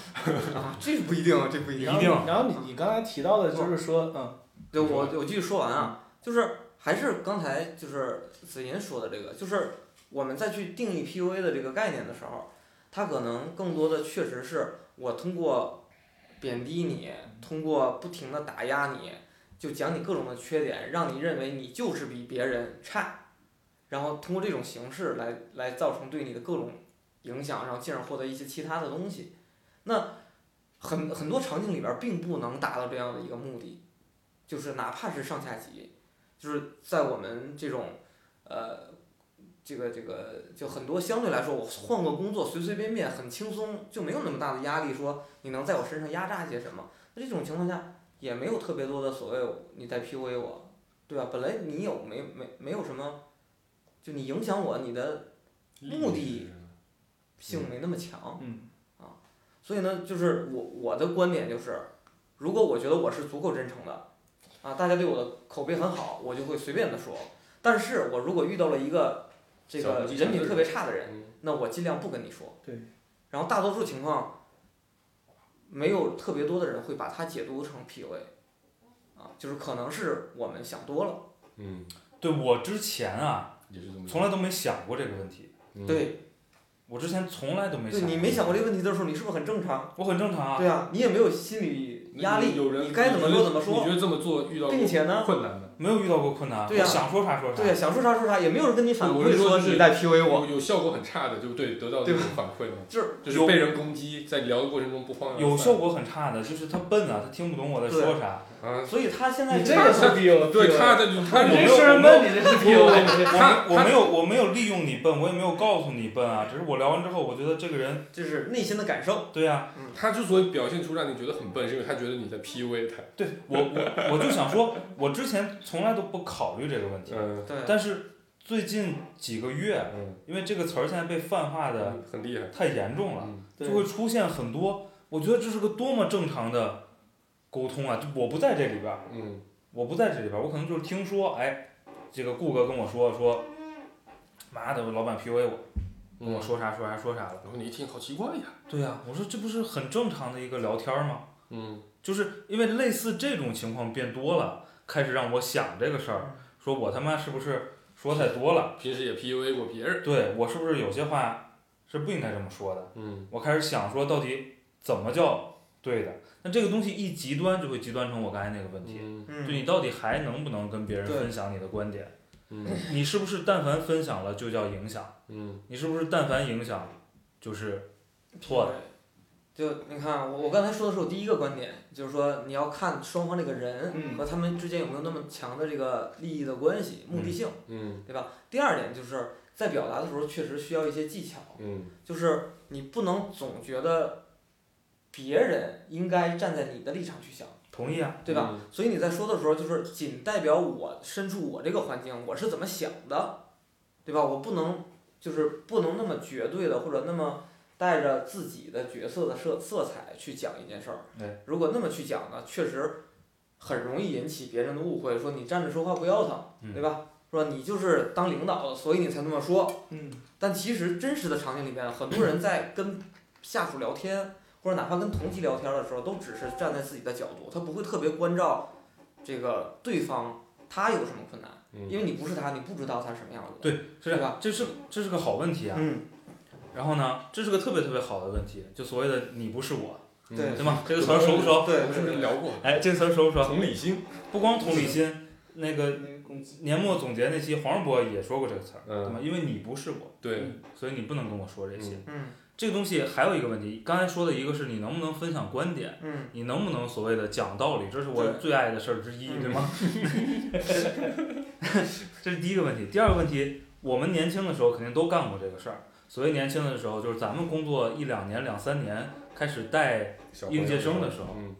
啊，这不一定啊，这不一定。然后一定然后你你刚才提到的就是说，嗯，对，我我继续说完啊，就是还是刚才就是子银说的这个，就是我们再去定义 PUA 的这个概念的时候，它可能更多的确实是我通过贬低你，通过不停的打压你，就讲你各种的缺点，让你认为你就是比别人差，然后通过这种形式来来造成对你的各种影响，然后进而获得一些其他的东西。那很很多场景里边儿并不能达到这样的一个目的，就是哪怕是上下级，就是在我们这种呃这个这个就很多相对来说，我换个工作随随便便很轻松，就没有那么大的压力，说你能在我身上压榨些什么。那这种情况下也没有特别多的所谓你在 PUA 我，对吧？本来你有没没没有什么，就你影响我你的目的性没那么强，嗯啊，所以呢，就是我我的观点就是，如果我觉得我是足够真诚的，啊，大家对我的口碑很好，我就会随便的说。但是我如果遇到了一个这小个题小人品人特别差的人，嗯那我尽量不跟你说。对。然后大多数情况，没有特别多的人会把它解读成 PUA，啊，就是可能是我们想多了。嗯，对我之前啊，也是这么从来都没想过这个问题。嗯对，我之前从来都没对想过。你没想过这个问题的时候，你是不是很正常？我很正常啊。对啊，你也没有心理压力，有人你该怎么你觉说得怎么你说，觉得这么做遇到并且呢，困难吗？没有遇到过困难，啊对呀啊我想说啥说啥。对呀，想说啥说啥，也没有人跟你反我是馈说就是你在 PUA 我，有有效果很差的，就对得到这对种反馈吗？就是就是有被人攻击，在聊的过程中不慌有效果很差的，就是他笨啊，他听不懂我在说啥。啊，所以他现在你就这是个是 B O，对他的他你有这没有是什么？你这是 B 我 O，他我我没有我没有利用你笨，我也没有告诉你笨啊，只是我聊完之后，我觉得这个人就是内心的感受，对啊呀、他之所以表现出让你觉得很笨，是因为他觉得你在 PUA 他。对我我我就想说，我之前从来都不考虑这个问题，嗯对，但是最近几个月，嗯，因为这个词儿现在被泛化的很厉害。太严重了，嗯就会出现很多，我觉得这是个多么正常的沟通啊！就我不在这里边儿，嗯我不在这里边儿，我可能就是听说，哎，这个顾哥跟我说说，妈的，我老板 PUA 我，跟我嗯，说啥说啥说啥了。然后你一听好奇怪呀。对呀、我说这不是很正常的一个聊天儿吗？嗯就是因为嗯类似这种情况变多了，开始让我想这个事儿，说我他妈是不是说太多了。平时也 PUA 过别人，对我是不是有些话是不应该这么说的？嗯，我开始想说，到底怎么叫对的？那这个东西一极端，就会极端成我刚才那个问题，嗯嗯，就你到底还能不能跟别人对分享你的观点？嗯你是不是但凡分享了就叫影响？嗯你是不是但凡影响就是错的？就你看，我我刚才说的是我第一个观点，就是说你要看双方这个人嗯和他们之间有没有那么强的这个利益的关系、目的性，嗯对吧？第二点就是在表达的时候确实需要一些技巧，嗯就是你不能总觉得别人应该站在你的立场去想，同意啊，对吧？？所以你在说的时候，就是仅代表我身处我这个环境，我是怎么想的，对吧？我不能就是不能那么绝对的，或者那么带着自己的角色的色色彩去讲一件事儿对。如果那么去讲呢，确实很容易引起别人的误会，说你站着说话不腰疼，嗯对吧？说你就是当领导了，所以你才那么说。嗯但其实真实的场景里边，很多人在跟下属聊天，或者哪怕跟同级聊天的时候，都只是站在自己的角度，他不会特别关照这个对方他有什么困难，因嗯为你不是他，你不知道他什么样子。对是对吧？这是这是个好问题啊。嗯，然后呢，这是个特别特别好的问题，就所谓的“你不是我”，嗯对对啊吗？这个词儿熟不熟？我对，们是不是聊过哎，这个词儿熟不熟？嗯同理心？不光同理心，那个嗯，年末总结那期黄世博也说过这个词儿，嗯对吗？因为你不是我，嗯对，所以你不能跟我说这些。嗯这个东西还有一个问题，刚才说的一个是你能不能分享观点，嗯，你能不能所谓的讲道理，这是我对最爱的事儿之一，嗯对吗？这是第一个问题。第二个问题，我们年轻的时候肯定都干过这个事儿。所谓年轻的时候，就是咱们工作一两年、两三年开始带，小朋友应届生的时候嗯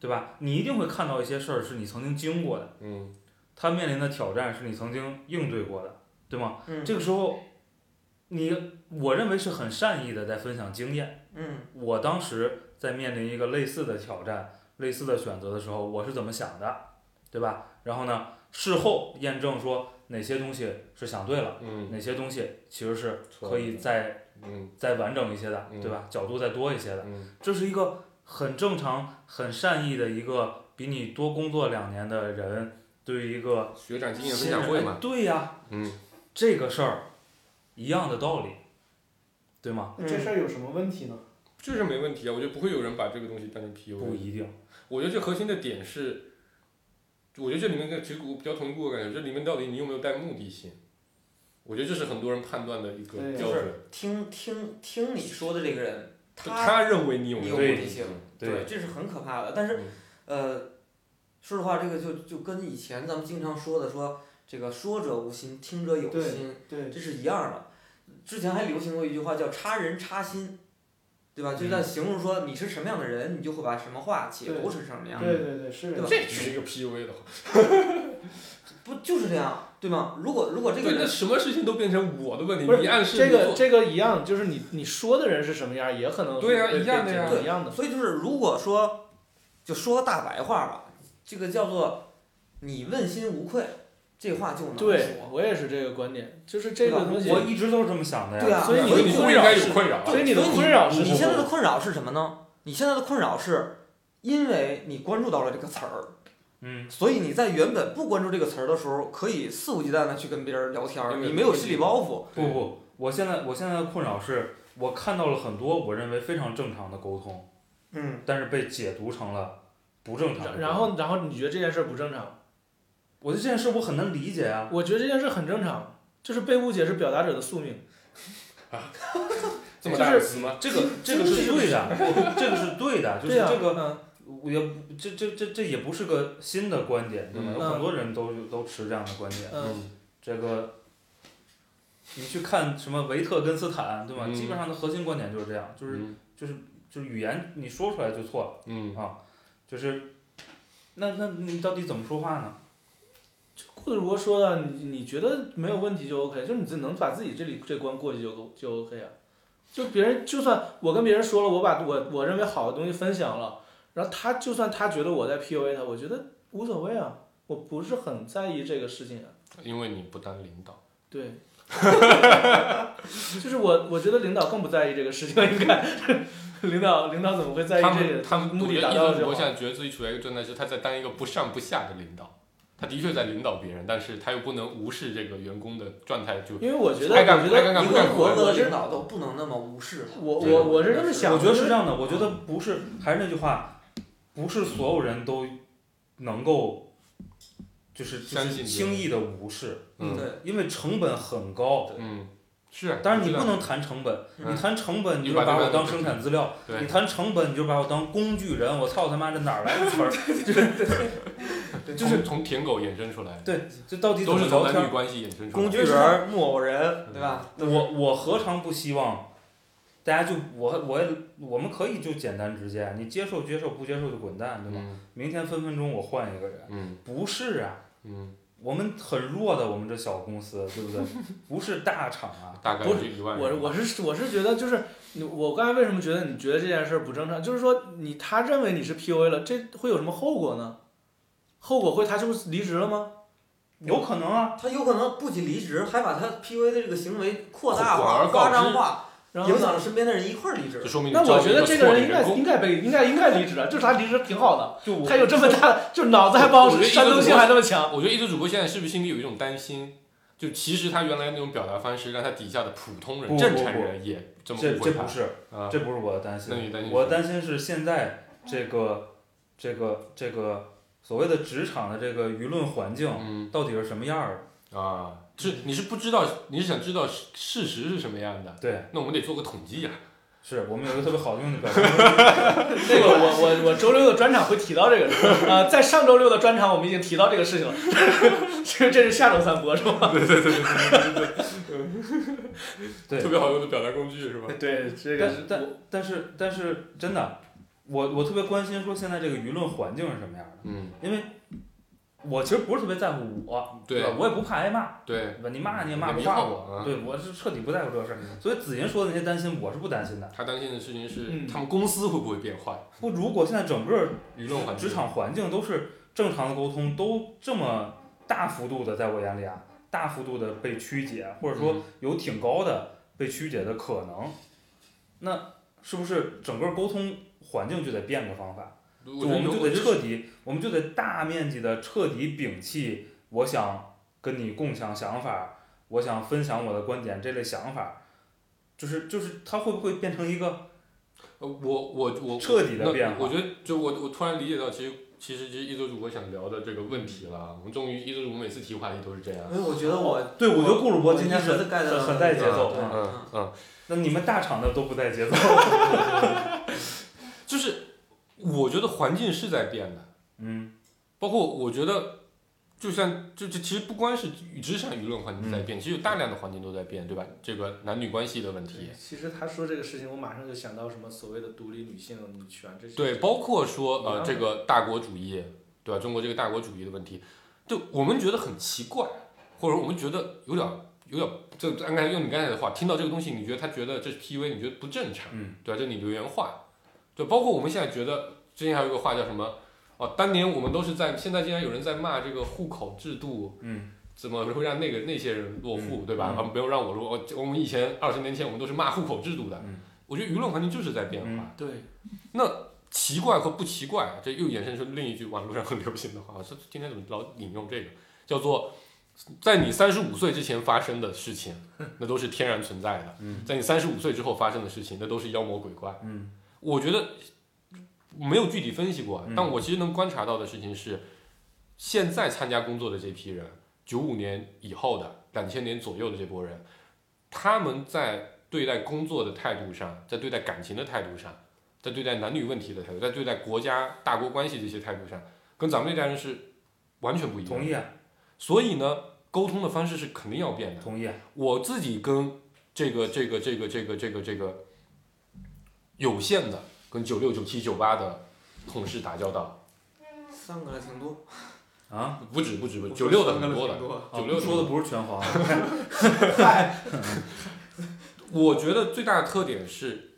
对吧？你一定会看到一些事儿是你曾经经过的。嗯他面临的挑战是你曾经应对过的，对吗？嗯这个时候，你我认为是很善意的在分享经验。嗯我当时在面临一个类似的挑战、类似的选择的时候，我是怎么想的，对吧？然后呢，事后验证说哪些东西是想对了，嗯，哪些东西其实是错可以再嗯再完整一些的，嗯对吧？角度再多一些的，嗯这是一个很正常、很善意的一个比你多工作两年的人对于一个学长经验分享会哎嘛，对呀、嗯这个事儿一样的道理，对吗？嗯嗯这事儿有什么问题呢？这是没问题啊，我觉得不会有人把这个东西当成 PUA 不一定，我觉得这核心的点是，我觉得这里面的其实我比较同意顾哥感觉，这里面到底你有没有带目的性？我觉得这是很多人判断的一个对标准，听听听你说的这个人，就他他认为你有没有有目目的的性性。对，这是很可怕的。但是嗯，呃，说实话，这个就就跟以前咱们经常说的说这个说者无心，听者有对心，对，这是一样的。之前还流行过一句话叫“插人插心”，对吧？就在形容说你是什么样的人，你就会把什么话解读成什么样，对对对，是对吧这是一个 PUA 的话，不就是这样，对吗？如果如果这个对，那人，什么事情都变成我的问不题，是你暗示这你个做这个一样，就是你你说的人是什么样，也可能对呀被一样的呀被解啊读一样的。所以就是如果说，就说个大白话吧，这个叫做你问心无愧，这话就能说。对，我也是这个观点，就是这对个吧东西我，一直都是这么想的呀。对啊所以我你觉得的你不困应扰该有是，困扰。啊所以你的所以困扰是你什现在的么？困扰是什么呢？你现在的困扰是，因为你关注到了这个词儿，嗯，所以你在原本不关注这个词儿的时候，可以肆无忌惮的去跟别人聊天儿，对你没有心理包袱。不不，我现在我现在的困扰是我看到了很多我认为非常正常的沟通，嗯，但是被解读成了不正常的沟通。然后然后你觉得这件事儿不正常？我觉得这件事我很难理解啊。我觉得这件事很正常，就是被误解是表达者的宿命。这哎么大的词吗？这个这个是对的，我这个是 对的，就是对呀，这个嗯我也不这这这这也不是个新的观点，对吗？嗯有很多人都都持这样的观点。嗯，这个，你去看什么维特根斯坦，对吧？嗯基本上的核心观点就是这样，就是、嗯就是就是语言你说出来就错了，嗯就是那那你到底怎么说话呢？顾主播说的，你你觉得没有问题就 OK，就是你自己能把自己这里这关过去就够就 OK 啊。就别人就算我跟别人说了，我把我我认为好的东西分享了，然后他就算他觉得我在 PUA 他，我觉得无所谓啊，我不是很在意这个事情啊。因为你不当领导，对，就是我我觉得领导更不在意这个事情，应该 领导领导怎么会在意他这们个？他们目的我觉达得到一了直就活好下来觉得自己处在一个状态是他在当一个不上不下的领导，他的确在领导别人，但是他又不能无视这个员工的状态，就因为我觉得，爱干我觉爱得干干一不干个活国儿。家的领导都不能那么无视他。我对我我是这么想我的，觉得是这样。样的，我觉得不是，还是那句话，不是所有人都能够就是就相是信别人轻易的无视，嗯对，因为成本很高。嗯，是。但是你知道不能谈成本，嗯你谈成本你你就把把这我个当生产资料，对你谈成本你就把我当工具人，我操他妈这哪儿来的 词儿？就是从舔狗衍生出来，对，这到底怎都么是从聊男女天？关系衍生出来。工具人儿、木偶人，对吧？我我何尝不希望大家就我我也我们可以就简单直接，你接受接受，不接受就滚蛋，对吗？嗯明天分分钟我换一个人，嗯不是啊，嗯，我们很弱的，我们这小公司，对 不对？不是大厂啊，大概不是就一万人。我我是我是觉得就是你，我刚才为什么觉得你觉得这件事儿不正常？就是说你他认为你是 PUA 了，这会有什么后果呢？后果会他就离职了吗？有可能啊。他有可能不仅离职，还把他 PUA 的这个行为扩大广化、而告夸之张化，然后影呢响了身边的人一块儿离职就。说明你那招我了觉一得这个错的人应该员工应该被应该应该离职啊，就是他离职挺好的，就我他有这么大的，就是脑子还包我觉得一个山东性还那么 强。我觉得一组主播现在是不是心里有一种担心？就其实他原来那种表达方式，让他底下的普通人、不正常不不人也这么这误会这他不是，啊。这不是我的担心，那你担心什我么？担心是现在这个这个这个所谓的职场的这个舆论环境嗯到底是什么样儿的？啊，是你是不知道，你是想知道事事实是什么样的？对，那我们得做个统计呀、是我们有一个特别好用的 表达，这个我我我周六的专场会提到这个事儿，呃，在上周六的专场我们已经提到这个事情了， 这这是下周三播是吧？对特别好用的表达工具是吧？对，这但个是但但是但是真的，我我特别关心说现在这个舆论环境是什么样的，嗯，因为我其实不是特别在乎我，对吧？我也不怕挨骂，对，对吧？你骂你也骂也不没骂用我啊，对我是彻底不在乎这个事儿。嗯所以子银说的那些担心，我是不担心的。他担心的事情是嗯他们公司会不会变坏，不，如果现在整个舆论环境。职场环境都是正常的沟通，都这么大幅度的，在我眼里啊，大幅度的被曲解，或者说嗯有挺高的被曲解的可能，那是不是整个沟通环境就得变个方法？我就觉我得们如就果得这彻底，我们就得大面积的彻底摒弃我想跟你共享想法，我想分享我的观点这类想法，就是就是它会不会变成一个呃，我我我彻底地那变化我觉得就我我突然理解到，其实其实其实一周主播想聊的这个问题了。啊我们终于一周主播每次提话题都是这样。因为我觉得我对我觉得顾主播我今天一直很在 get 很到很带节这个奏对啊，嗯嗯，那你们大厂的都不带 节奏，就是我觉得环境是在变的，嗯包括我觉得。就像就就其实不光是职场舆论环境在变，嗯其实有大量的环境都在变，对吧？这个男女关系的问题，其实他说这个事情，我马上就想到什么所谓的独立女性女权这些。对，包括说一呃样这个大国主义，对吧？中国这个大国主义的问题，就我们觉得很奇怪，或者我们觉得有点儿有点儿，就按刚才用你刚才的话，听到这个东西，你觉得他觉得这是 PUA，你觉得不正常，嗯对吧？这你留言话，对，包括我们现在觉得之前还有一个话叫什么？哦，当年我们都是在，现在竟然有人在骂这个户口制度嗯，怎么会让那个那些人落户，嗯对吧？嗯啊，没有让我落，我我们以前二十年前我们都是骂户口制度的，嗯我觉得舆论环境就是在变化。嗯对，奇怪和不奇怪，啊这又衍生出另一句网络上很流行的话，我说今天怎么老引用这个，叫做在你三十五岁之前发生的事情，那都是天然存在的；嗯在你三十五岁之后发生的事情，那都是妖魔鬼怪。嗯我觉得没有具体分析过嗯，但我其实能观察到的事情是，现在参加工作的这批人，九五年以后的、两千年左右的这波人，他们在对待工作的态度上，在对待感情的态度上，在对待男女问题的态度，在对待国家大国关系这些态度上，跟咱们那代人是完全不一同样的。意啊所以呢，沟通的方式是肯定要变的。同意啊，我自己跟这个这个这个这个这个这个有限的跟九六九七九八的同事打交道，三个还挺多，啊不止不止不止，九六的很多的挺，多啊九六说的不是拳皇啊， 我觉得最大的特点是，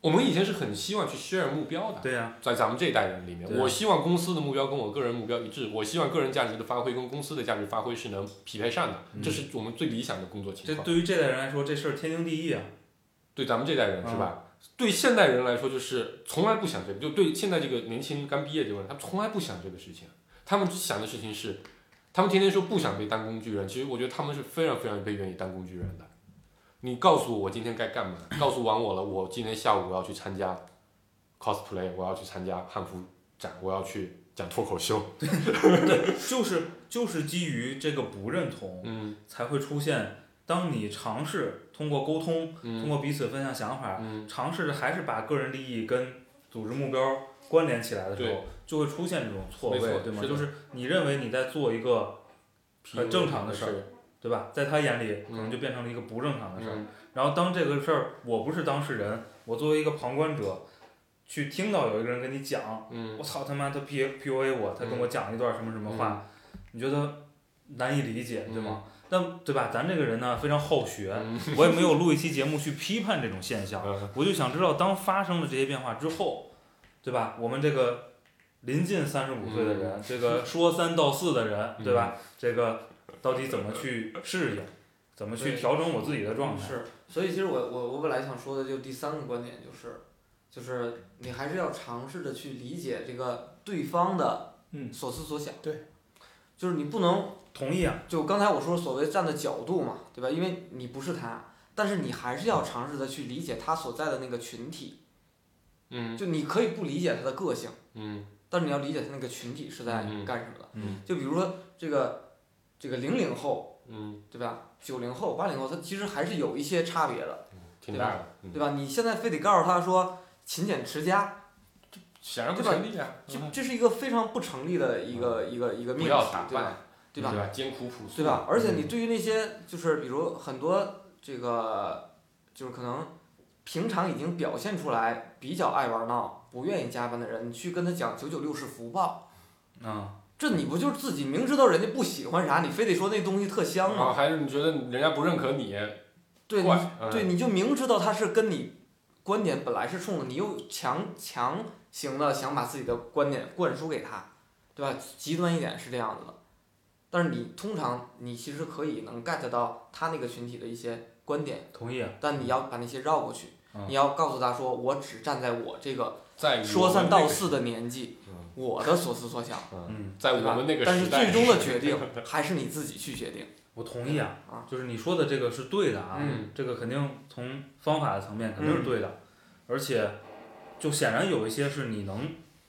我们以前是很希望去 share 目标的，对呀，在咱们这一代人里面，对我希望公司的目标跟我个人目标一致，我希望个人价值的发挥跟公司的价值发挥是能匹配上的，嗯这是我们最理想的工作这情况。对于这代人来说，这事儿天经地义啊，对咱们这代人是嗯吧？对现代人来说，就是从来不想这个，就对现在这个年轻刚毕业这个人，他们从来不想这个事情，他们想的事情是他们天天说不想被当工具人，其实我觉得他们是非常非常被愿意当工具人的。你告诉我我今天该干嘛，告诉完我了，我今天下午我要去参加 cosplay，我要去参加汉服展，我要去讲脱口秀。就是就是基于这个不认同，嗯才会出现。当你尝试通过沟通，通嗯过彼此分享想法，嗯，尝试着还是把个人利益跟组织目标关联起来的时对候，就会出现这种错位没错，对吗？是的就是你认为你在做一个很正常的事儿，儿。对吧？在他眼里，可嗯能就变成了一个不正常的事儿。嗯然后当这个事儿我不是当事人，我作为一个旁观者，去听到有一个人跟你讲，嗯我操他妈他 P P U A 我，他跟我讲一段什么什么话，嗯你觉得难以理解，对吗？但对吧？咱这个人呢非常好学，嗯我也没有录一期节目去批判这种现象，嗯我就想知道当发生了这些变化之后，对吧？我们这个临近三十五岁的人，这个说三道四的人，对吧？这个到底怎么去适应，怎么去对调整我自己的嗯状态？是，所以其实我我我本来想说的就第三个观点就是，就是你还是要尝试着去理解这个对方的嗯所思所想。对。就是你不能同意啊，就刚才我说所谓站的角度嘛，对吧？因为你不是他，但是你还是要尝试着去理解他所在的那个群体。嗯就你可以不理解他的个性，嗯但是你要理解他那个群体是在嗯嗯干什么的。嗯就比如说这个这个零零后，嗯，对吧？九零后、八零后，他其实还是有一些差别的。挺大的，对嗯吧？你现在非得告诉他说勤俭持家，显然不成立啊，这这是一个非常不成立的一个、一个一个嗯不命题，要打对吧扮？，嗯对吧？对吧？艰苦朴素，对吧？而且你对于那些就是比如很多这个就是可能平常已经表现出来比较爱玩闹、不愿意加班的人，你去跟他讲九九六是福报，啊，这你不就是自己明知道人家不喜欢啥，你非得说那东西特香啊，吗？还是你觉得人家不认可你，对，你怪，嗯对，，你就明知道他是跟你观点本来是冲的，你又强强行的想把自己的观点灌输给他，对吧？极端一点是这样子的，但是你通常你其实可以能 get 到他那个群体的一些观点，同意啊，但你要把那些绕过去，嗯你要告诉他说，我只站在我这个在说三道四的年纪，嗯我的所思所想，嗯，在对我吧们那个但时是代，最终的决定还是你自己去决定。我同意啊，啊就是你说的这个是对的啊，嗯这个肯定从方法的层面肯定是对的，而且就显然有一些是你能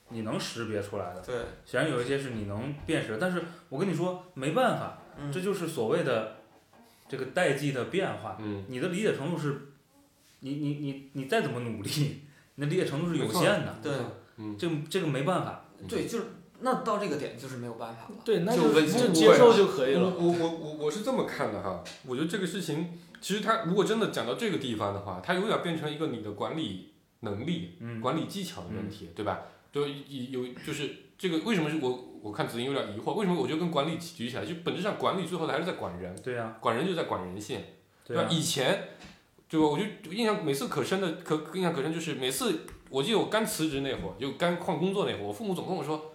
你能识别出来的，对，显然有一些是你能辨识的，但是我跟你说没办法，嗯这，就是所谓的这个代际的变化。嗯，你的理解程度是，你你你你再怎么努力，你的理解程度是有限的。对这个这个没办法。对，就是那到这个点就是没有办法了。对，那就就温就情接味受了就可以嗯我了。我我我我是这么看的哈，我觉得这个事情，其实它如果真的讲到这个地方的话，它有点变成一个你的管理能力、嗯，管理技巧的问题，对吧？就有有就是这个为什么是我我看子英有点疑惑，为什么我觉得跟管理举起来，就本质上管理最后还是在管人，对呀、管人就在管人性。对啊吧呀、以前，对吧？我就就印象每次可深的可印象可深就是每次我记得我刚辞职那会儿，就刚换工作那会儿，我父母总跟我说：“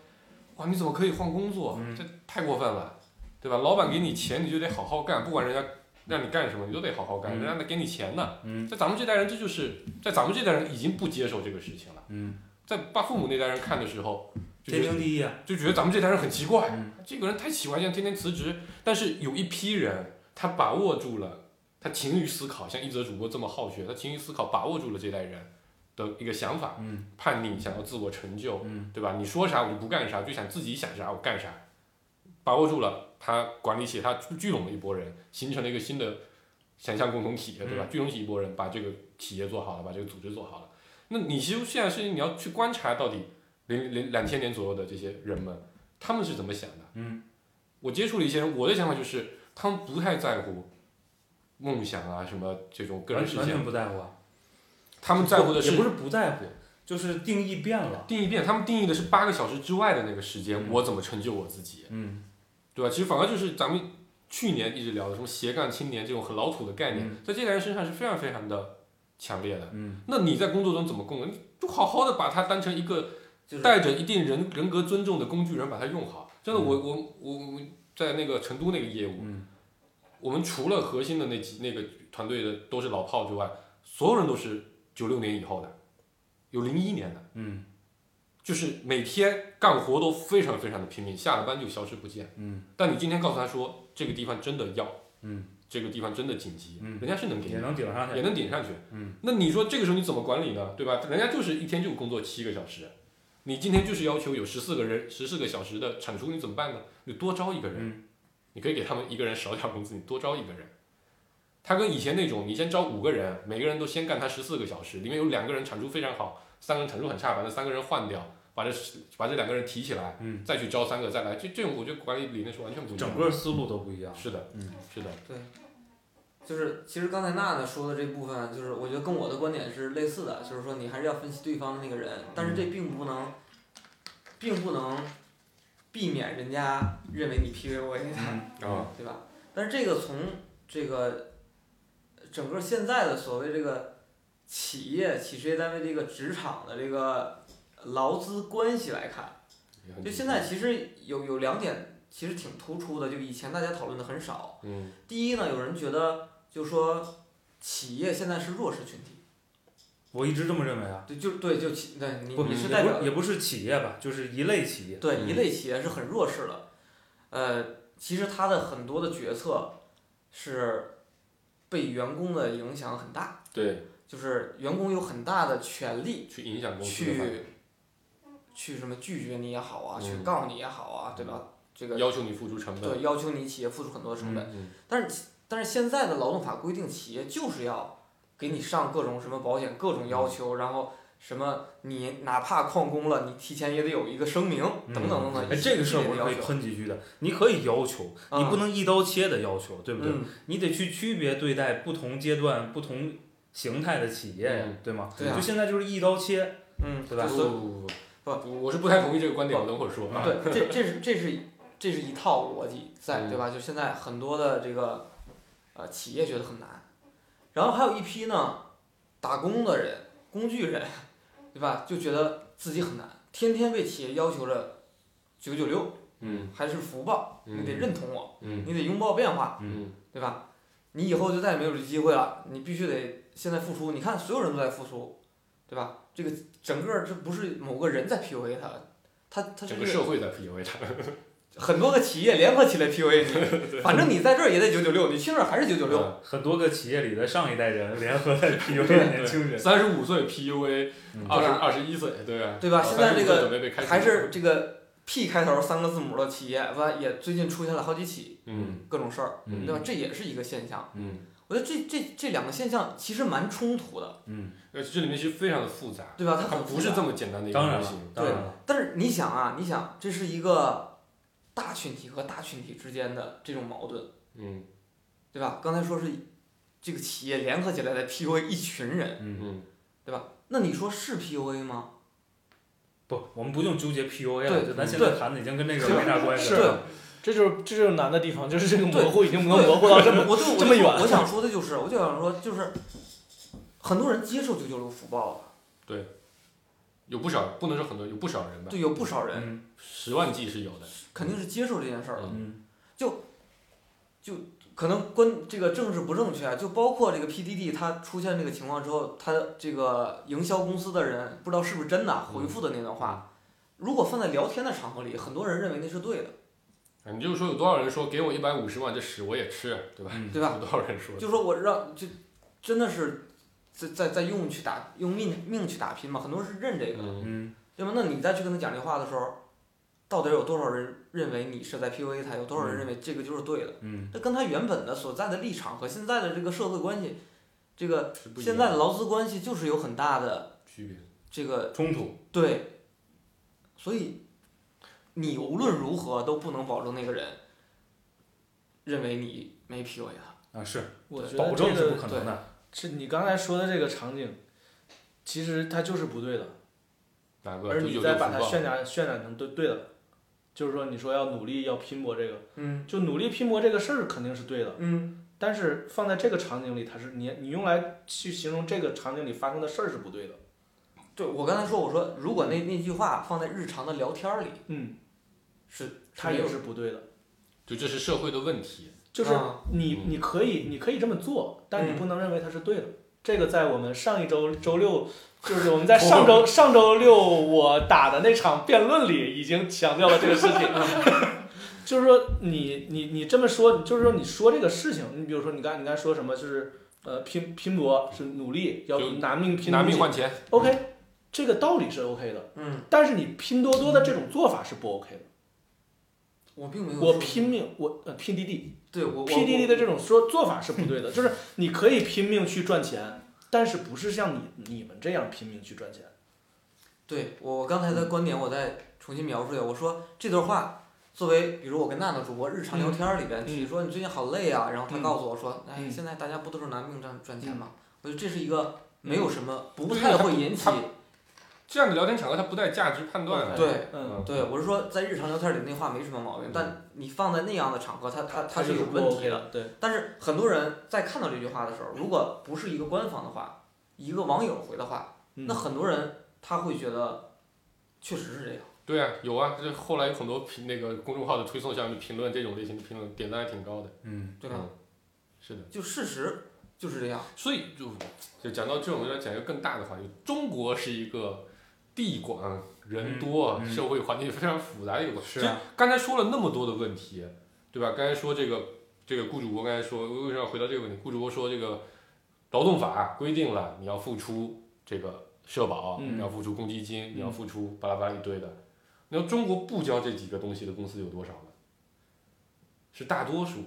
哇，你怎么可以换工作？嗯这太过分了，对吧？老板给你钱你就得好好干，不管人家让你干什么，你都得好好干，嗯人家得给你钱呢。嗯在咱们这代人，这就是在咱们这代人已经不接受这个事情了。嗯，在爸父母那代人看的时候，就觉天得经地义啊。就觉得咱们这代人很奇怪，嗯这个人太喜欢这样天天辞职。但是有一批人，他把握住了，他勤于思考，像一则主播这么好学，他勤于思考，把握住了这代人的一个想法，嗯叛逆，想要自我成就，嗯对吧？你说啥我就不干啥，就想自己想啥我干啥，把握住了，他管理起他聚聚拢了一拨人，形成了一个新的想象共同体，对嗯吧？聚拢起一拨人，把这个企业做好了，把这个组织做好了。那你其实现在事情你要去观察到底零零两千年左右的这些人们，他们是怎么想的？嗯，我接触了一些人，我的想法就是他们不太在乎梦想啊什么这种个人完实完现，全不在乎啊。他们在乎的也是不是不在乎，就是定义变了。定义变，他们定义的是八个小时之外的那个时间，嗯我怎么成就我自己，嗯对吧？其实反而就是咱们去年一直聊的什么斜杠青年这种很老土的概念，嗯在这代人身上是非常非常的强烈的。嗯那你在工作中怎么供人？你就好好的把它当成一个就是带着一定人人格尊重的工具人，把它用好。真的，我我我我在那个成都那个业务，嗯我们除了核心的那几那个团队的都是老炮之外，所有人都是九六年以后的，有零一年的。嗯就是每天干活都非常非常的拼命，下了班就消失不见。嗯，但你今天告诉他说这个地方真的要，嗯，这个地方真的紧急，嗯人家是能给你也能顶上也去。能顶上去。嗯，那你说这个时候你怎么管理呢？对吧？人家就是一天就工作七个小时，你今天就是要求有十四个人十四个小时的产出，你怎么办呢？你多招一个人，嗯你可以给他们一个人少点工资，你多招一个人。他跟以前那种，你先招五个人，每个人都先干他十四个小时，里面有两个人产出非常好，三个人产出很差，把那三个人换掉，把这十把这两个人提起来，嗯，再去招三个再来，这这种我觉得管理理念是完全不一样的。整个思路都不一样。是的，嗯，是的，就是其实刚才娜娜说的这部分，就是我觉得跟我的观点是类似的，就是说你还是要分析对方的那个人，但是这并不能，并不能避免人家认为你 PUA 他，啊、对吧？但是这个从这个整个现在的所谓这个企业、企事业单位这个职场的这个劳资关系来看，也很就现在其实有有两点其实挺突出的，就以前大家讨论的很少。嗯第一呢，有人觉得就说企业现在是弱势群体，我一直这么认为啊。对，就对，就企对你不，你是也代不表也不是企业吧，就是一类企业。对嗯一类企业是很弱势的，呃，其实它的很多的决策是被员工的影响很大，对，就是员工有很大的权利去影响公司的发展去去什么拒绝你也好啊，去嗯告你也好啊，对吧？这个要求你付出成本。对要求你企业付出很多成本。嗯但是其但是现在的劳动法规定，企业就是要给你上各种什么保险，各种嗯要求，然后什么你哪怕旷工了，你提前也得有一个声明，嗯等等等等。哎，这个事儿我是可以喷，喷几句的。你可以要求，啊你不能能一刀切的要求，对不对？嗯，你得去区别对待不同阶段、不同形态的企业呀嗯，对吗？对啊就现在就是一刀切，嗯，对吧就不所以不不不，我是不太同意这个观点，我等会儿说啊。对，这这是这是这是一套逻辑在，嗯对吧？就现在很多的这个呃企业觉得很难，然后还有一批呢打工的人、工具人，对吧？就觉得自己很难，天天被企业要求着九九六嗯还是福报，嗯你得认同我，嗯你得拥抱变化，嗯对吧？你以后就再也没有这机会了，你必须得现在付出。你看，所有人都在付出，对吧？这个整个这不是某个人在 PUA 他，他他是整一个社会在 PUA 他。很多个企业联合起来 PUA 你，反正你在这儿也得九九六，你去那儿还是九九六。很多个企业里的上一代 人联合在 PUA 年轻人。三十五岁 PUA，二十二十一岁，对啊嗯对吧现在这个35岁准备被开除还是这个 P 开头三个字母的企业，完也最近出现了好几起嗯各种事儿，嗯对吧？这也是一个现象。嗯，我觉得这这这两个现象其实蛮冲突的，嗯，而呃且这里面其实非常的复杂，对吧？啊它它很复不是杂这么简单的一个当然模了型，。当然了，但是你想啊，你想这是一个大群体和大群体之间的这种矛盾，嗯对吧？刚才说是这个企业联合起来的 PUA 一群人，嗯，那你说是 PUA 吗？不，我们不用纠结 PUA 了，对就咱现在对谈的已经跟那个没啥关系嗯是了。对的，这就是这就是难的地方，就是这个对模糊已经能模糊到这么我对我这么远我想说的就是，我就想说就是，很多人接受九九六福报了，有不少，不能说很多，有不少人吧，对，有不少人嗯十万计是有的。肯定是接受这件事儿了。嗯可能关这个政治不正确啊，就包括这个 PDD 它出现这个情况之后，它这个营销公司的人不知道是不是真的啊回复的那段嗯话，如果放在聊天的场合里，很多人认为那是对的，啊你就是说有多少人说给我一百五十万，这屎我也吃，对吧？嗯对吧？有多少人说的？就说我让就真的是在在在用去打用命命去打拼嘛，很多人是认这个，嗯嗯，对吧？那你再去跟他讲这话的时候，到底有多少人认为你是在 PUA 他？有多少人嗯认为这个就是对的？嗯，这跟他原本的所在的立场和现在的这个社会关系，这个是不一样现在的劳资关系就是有很大的区别。这个冲突对，所以你无论如何都不能保证那个人认为你没 PUA 他。啊是，我觉保得证这是个不可能的。是你刚才说的这个场景，其实它就是不对的，哪个？而就你有再有把福它报渲染渲染成对对的，就是说你说要努力要拼搏这个，嗯就努力拼搏这个事儿肯定是对的，嗯但是放在这个场景里，它是你你用来去形容这个场景里发生的事儿是不对的，对我刚才说，我说如果那那句话放在日常的聊天里，嗯，是它没也有是不对的。就这是社会的问题。就是啊你嗯你可以你可以这么做，但你嗯不能认为它是对的。这个在我们上一周周六，就是我们 在上周上周六我打的那场辩论里已经强调了这个事情。 就是说你你你这么说，就是说你说这个事情，你比如说你刚你刚才说什么，就是呃拼拼搏是努力，要就拿命拼拿东命西换钱， OK，这个道理是 OK 的，嗯，但是你拼多多的这种做法是不 OK 的。我并没有我说拼命，我呃 PDD 对我我 PDD 的这种说做法是不对的，就是你可以拼命去赚钱，但是不是像你你们这样拼命去赚钱。对我我刚才的观点，我再重新描述一下。我说这段话，作为比如我跟娜娜主播日常聊天里边提，说你最近好累啊，然后她嗯告诉我说，哎，嗯现在大家不都是拿命赚赚钱嗯吗？我觉得这是一个没有什么不对太他会不引起他这样的聊天场合它不带价值判断啊。对。嗯，嗯，对，我是说在日常聊天里那话没什么毛病，但你放在那样的场合，它它它它是有不问 OK 题的。的，对，但是很多人在看到这句话的时候，如果不是一个官方的话，一个网友回的话，嗯那很多人他会觉得确实是这样。对啊，有啊，这后来有很多评那个公众号的推送下面评论这种类型的评论点赞还挺高的。嗯，对吧嗯？是的，就事实就是这样。所以就就讲到这种，要讲一个更大的话题，中国是一个地广人多、嗯嗯社会环境非常复杂的一个国家。是啊就刚才说了那么多的问题，对吧？刚才说这个这个雇主播，刚才说为什么要回到这个问题？雇主播说这个劳动法规定了你要付出这个社保，嗯你要付出公积金，你要嗯付出巴拉巴拉一堆的。你要中国不交这几个东西的公司有多少呢？是大多数。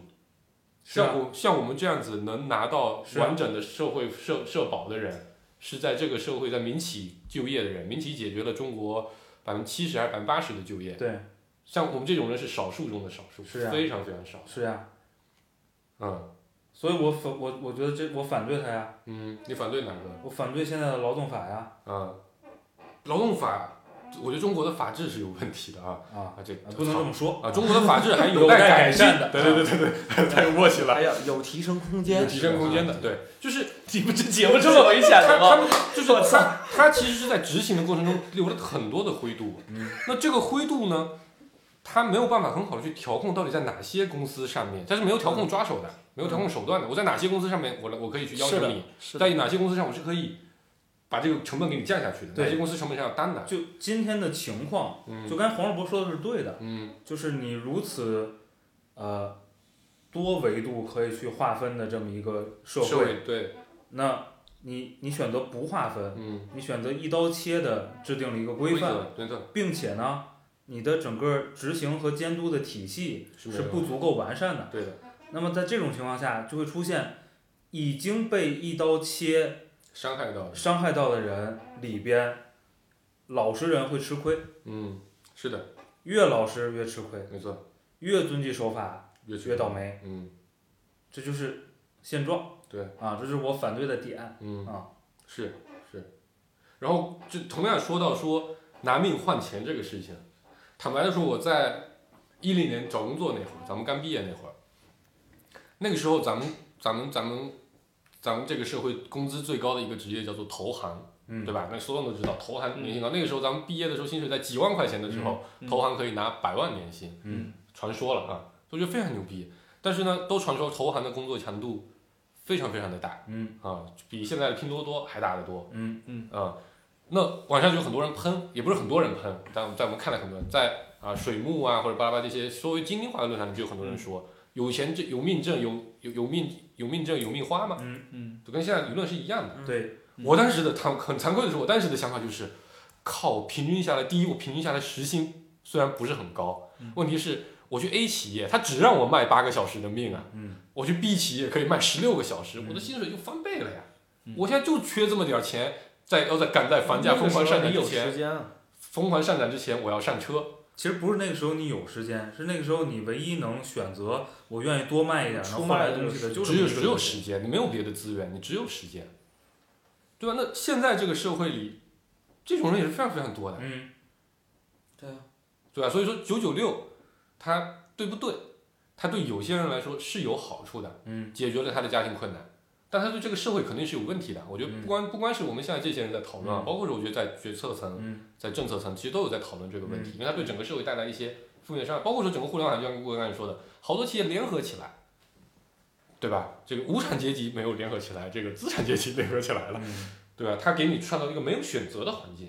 是啊像我像我们这样子能拿到是啊完整的社会社社保的人，是在这个社会在民企就业的人，民企解决了中国百分之七十还是百分之八十的就业，对，像我们这种人是少数中的少数，是啊非常非常少。是呀、嗯所以我反我我觉得这我反对他呀，嗯，你反对哪个？我反对现在的劳动法呀嗯，劳动法，我觉得中国的法治是有问题的啊啊，啊这啊不能这么说，啊，中国的法治还有待待改改善进的对对对对 对，太有默契了，还要哎有提升空 间有。提升空间的，对，就是你们这节目这么危险的他吗？他们就是他他其实是在执行的过程中留了很多的灰度，嗯那这个灰度呢，他没有办法很好的去调控到底在哪些公司上面，但是没有调嗯控抓手的，没有调控手段的。我在哪些公司上面，我来我可以去要是求的你，是的在哪些公司上我是可以把这个成本给你降下去的，对哪些公司成本上要担的。就今天的情况，嗯就刚才黄世博说的是对的，嗯就是你如此，呃，多维度可以去划分的这么一个社社会对，那你你选择不划分，嗯，你选择一刀切的制定了一个规范，则对的并且呢，你的整个执行和监督的体系是是没有不足够完善的。对的，那么在这种情况下，就会出现已经被一刀切伤害到的，伤害到的人里边，老实人会吃亏，嗯，是的，越老实越吃亏，没错，越遵纪守法越去越倒，霉，嗯这就是现状。对啊，这是我反对的点。嗯啊是是，然后就同样说到说拿命换钱这个事情，坦白的说，我在一零年找工作那会儿，咱们刚毕业那会儿，那个时候咱们咱们咱们咱们这个社会工资最高的一个职业叫做投行，嗯，对吧？吧？那所有人都知道投行年薪高，那个时候咱们毕业的时候薪水在几万块钱的时候，嗯投行可以拿百万年薪。嗯，传说了啊，都觉得非常牛逼。但是呢，都传说投行的工作强度非常非常的大，嗯啊，比现在的拼多多还大得多，嗯嗯啊。那网上就有很多人喷，也不是很多人喷，但在我们看来很多人在啊水木啊或者巴拉巴拉这些稍微精英化的论坛里，就有很多人说有钱挣有命挣有有有命有命挣有命花嘛，嗯，就跟现在舆论是一样的。对，我当时的惭很惭愧的是，我当时的想法就是，靠，平均下来，第一，我平均下来时薪虽然不是很高，嗯问题是我去 A 企业，他只让我卖八个小时的命啊，嗯我去 B 企业可以卖十六个小时，嗯我的薪水就翻倍了呀，嗯我现在就缺这么点儿钱，在要在赶在房价疯狂上涨你有之时前，间啊，疯狂上涨之前我要上车，其实不是那个时候你有时间，是那个时候你唯一能选择我愿意多卖一点，出能换卖来的东西的就只是有这个只有东西时间，你没有别的资源，你只有时间，对吧？那现在这个社会里，这种人也是非常非常多的。嗯， 对啊，对吧？所以说九九六，它对不对？它对有些人来说是有好处的，嗯，解决了他的家庭困难，但他对这个社会肯定是有问题的。我觉得嗯不光、不光是我们现在这些人在讨论啊，嗯包括是我觉得在决策层、嗯在政策层，其实都有在讨论这个问题，嗯因为它对整个社会带来一些负面伤害，包括说整个互联网，就像顾哥刚才说的，好多企业联合起来，对吧？这个无产阶级没有联合起来，这个资产阶级联合起来了，嗯对吧？他给你创造一个没有选择的环境。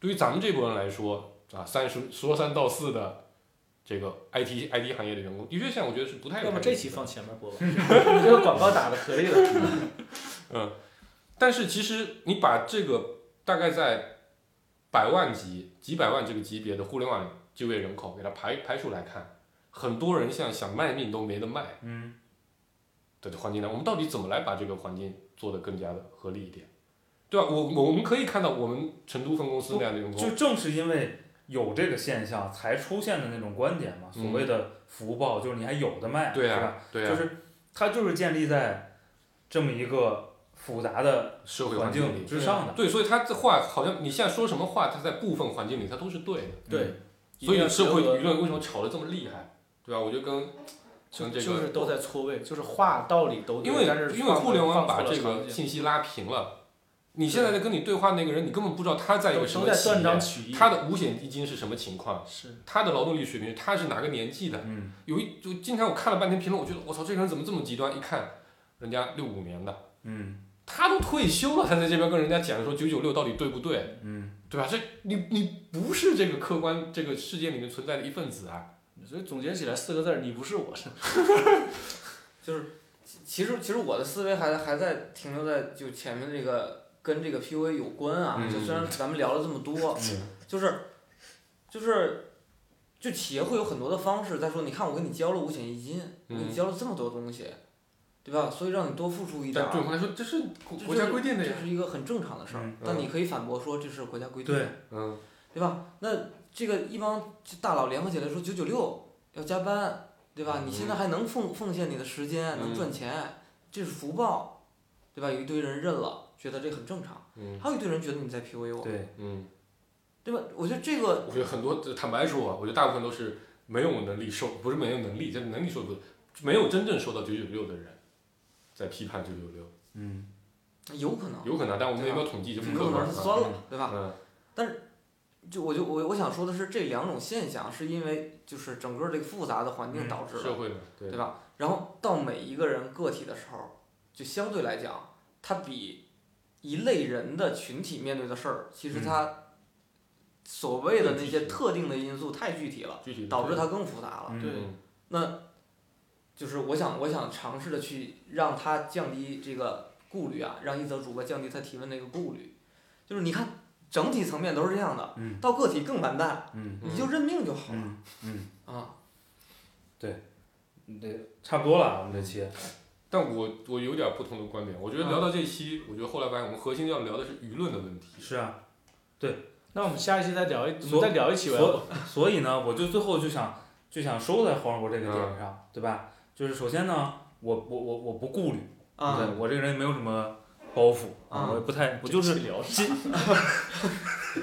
对于咱们这波人来说啊，三说说三道四的这个 IT IT 行业的员工，的确像我觉得是不太有要不参与这的期放前面播吧， 你这个广告打的可以了。但是其实你把这个大概在百万级、几百万这个级别的互联网就业人口给它排排除来看，很多人像想卖命都没得卖嗯的环境呢，我们到底怎么来把这个环境做得更加的合理一点？对吧？我我们可以看到我们成都分公司那样的员工就，正是因为有这个现象，才出现的那种观点嘛。所谓的福报，就是你还有的卖，啊对啊是呀吧？、对呀、就是它就是建立在这么一个复杂的社会环境境里，之上的。对，所以他这话好像你现在说什么话，他在部分环境里他都是对的。对，所以社会一定要舆论为什么吵得这么厉害？对吧？我觉得跟就跟这个就是都在错位，就是话道理都对，因为但是因为互联网把这个个信息拉平了，你现在在跟你对话那个人，你根本不知道他在一个什都么在企断章业，取义。他的五险一金是什么情况，是他的劳动力水平，他是哪个年纪的。嗯，有一就经常我看了半天评论，我觉得我操，这个人怎么这么极端？一看人家六五年的，嗯他都退休了，他在这边跟人家讲说九九六到底对不对，嗯，对吧？这你你不是这个客观这个世界里面存在的一份子啊。所以总结起来四个字儿，你不是我是。其其实其实我的思维还还在停留在就前面这个跟这个 PUA 有关啊，嗯就虽然咱们聊了这么多，嗯就是就是就企业会有很多的方式再说，你看我给你交了五险一金，我给嗯你交了这么多东西，对吧？所以让你多付出一点但儿，对我们来说，这是国这国家是规定的呀这。是一个很正常的事儿。嗯但你可以反驳说这是国家规定，对嗯，对吧？那这个一帮大佬联合起来说九九六要加班，对吧？你现在还能奉奉献你的时间，能赚钱，这是福报，对吧？有一堆人认了，觉得这很正常，嗯还有一堆人觉得你在 PUA 我，对，嗯。对吧？我觉得这个我觉得很多，坦白说啊，我觉得大部分都是没有能力受，不是没有能力，这能力受不，没有真正受到九九六的人在批判九九六，啊嗯有可能，有可能，但我们啊也没有统啊计，这不有客可观能是酸嗯了，对吧？啊。就我就我我想说的是，这两种现象是因为就是整个这个复杂的环境嗯导致嗯，的，社会嘛，对啊对吧？然后到每一个人个体的时候，就相对来讲，他比一类人的群体面对的事儿，嗯其实他所谓的那些特定的因素太具体了，具体的导致它更复杂了。嗯对嗯就是我想，我想尝试着去让他降低这个顾虑啊，让一则主播降低他提问那个顾虑。就是你看，整体层面都是这样的，嗯到个体更完蛋，嗯嗯你就认命就好了、嗯嗯，啊。对，差不多了，我们这期，但我我有点不同的观点，我觉得聊到这一期，我觉得后来发现我们核心要聊的是舆论的问题。是啊，那我们下一期再聊一，我们所再聊一期吧。要不所所以呢，我就最后就想就想收在黄世博这个点上，对吧？就是首先呢，我我我我不顾虑，啊对我这个人没有什么包袱，啊我也不太，我就是这期聊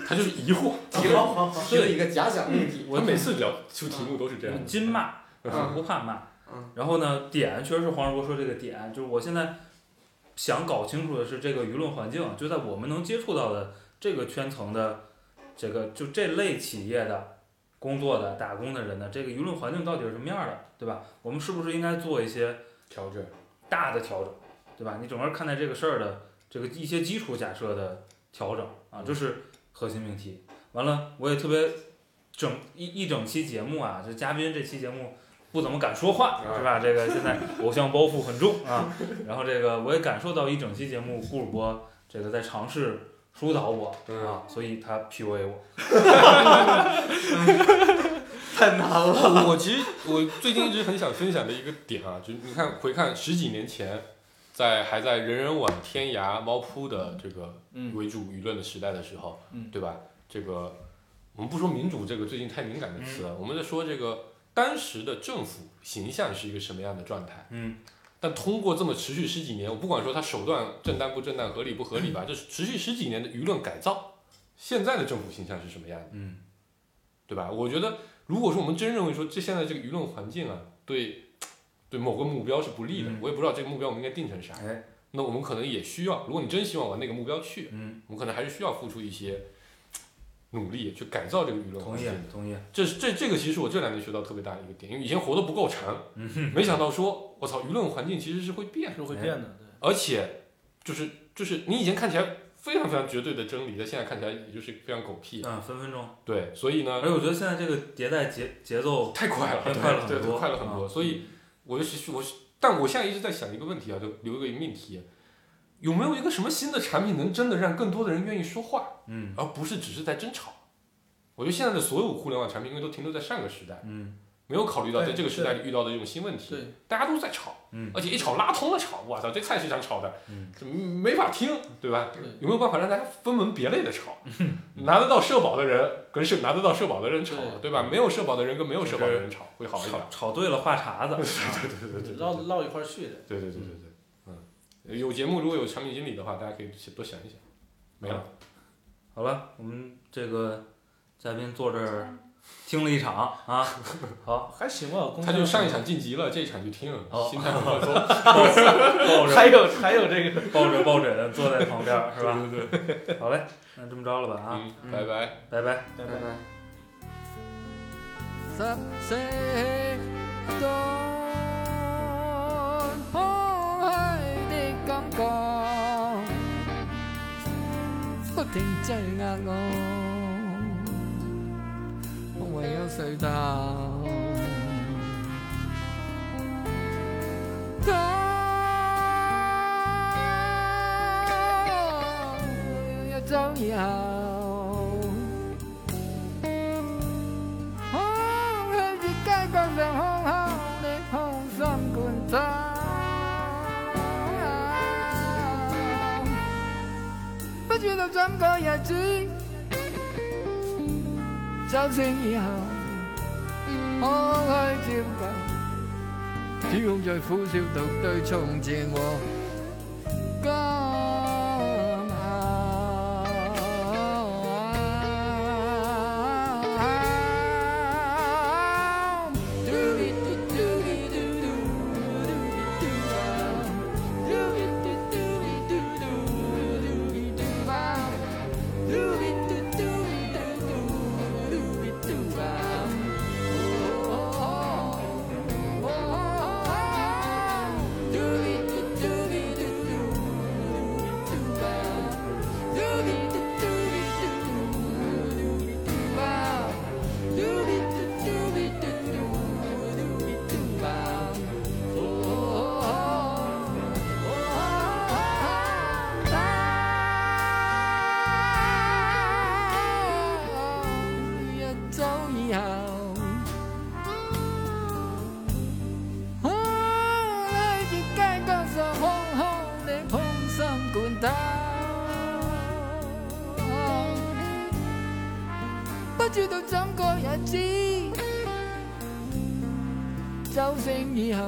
他就是疑惑，提了提了一个假想问题，他每次聊出题目都是这样的。金骂，我嗯不怕骂。嗯然后呢，点确实是黄世博说这个点，就是我现在想搞清楚的是这个舆论环境，就在我们能接触到的这个圈层的这个就这类企业的工作的打工的人的这个舆论环境到底是什么样的，对吧？我们是不是应该做一些调整，大的调整，对吧？你整个看待这个事儿的这个一些基础假设的调整啊，这是核心命题。完了，我也特别整一一整期节目啊，这嘉宾这期节目不怎么敢说话，是吧？这个现在偶像包袱很重啊。 然后这个我也感受到一整期节目顾主播这个在尝试疏导我嗯啊，所以他 PUA 我。太难了。我其实我最近一直很想分享的一个点啊，就是你看回看十几年前，在还在人人网、天涯、猫扑的这个嗯为主舆论的时代的时候，嗯对吧？这个我们不说民主这个最近太敏感的词了，啊我们在说这个当时的政府形象是一个什么样的状态。嗯但通过这么持续十几年，我不管说它手段正当不正当、合理不合理吧，这是持续十几年的舆论改造，现在的政府形象是什么样的？嗯对吧？我觉得，如果说我们真认为说这现在这个舆论环境啊，对对某个目标是不利的，嗯我也不知道这个目标我们应该定成啥。哎那我们可能也需要，如果你真希望往那个目标去，嗯我们可能还是需要付出一些努力去改造这个舆论同环境意啊的。同意，这是这这个其实我这两年学到特别大的一个点，因为以前活得不够长，嗯没想到说我操，舆论环境其实是会变，是会变的，哎对。而且就是就是你以前看起来非常非常绝对的真理，在现在看起来也就是非常狗屁。嗯，分分钟。对，所以呢而，且呃哎我觉得现在这个迭代节节奏，太快了，太对快了 对，很多快了很多。嗯所以我就是我是，但我现在一直在想一个问题啊，就留一个命题，有没有一个什么新的产品能真的让更多的人愿意说话？嗯而不是只是在争吵。我觉得现在的所有互联网产品，因为都停留在上个时代，嗯，没有考虑到在对这个时代里遇到的这种新问题，对，大家都在吵，嗯而且一吵拉通了吵，我操，这菜市场吵的，嗯这没法听，对吧？对有没有办法让大家分门别类的吵？拿得到社保的人跟是拿得到社保的人吵，对对吧？没有社保的人跟没有社保的人吵会好一点炒。炒对了话茬 子，啊对对对对对唠唠一块儿去的。对对对对对，嗯，有节目如果有产品经理的话，大家可以多想一想。没了，好了，我们这个嘉宾坐这儿听了一场 啊，好，还行吧，公交他就上一场晋级了，这一场就听了，哦心态很放松。抱着还有还有这个，抱着抱枕坐在旁边儿是 吧？对对对，好嘞，那这么着了吧啊，嗯，拜拜。拜拜。拜拜拜。拜。十四段空虛的感覺，不停擠壓我，我唯有睡覺。當一周以後。空虛之街角上空空的空心罐頭。不知道怎過日子，就算以後空虛照舊，只恐在苦笑獨對從前和今後。一周以後。空虛之街角上空空的空心罐頭，不知道怎過日子，就算以後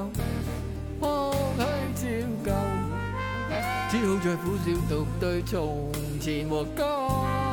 空虛照舊，只好在苦笑獨對從前和今。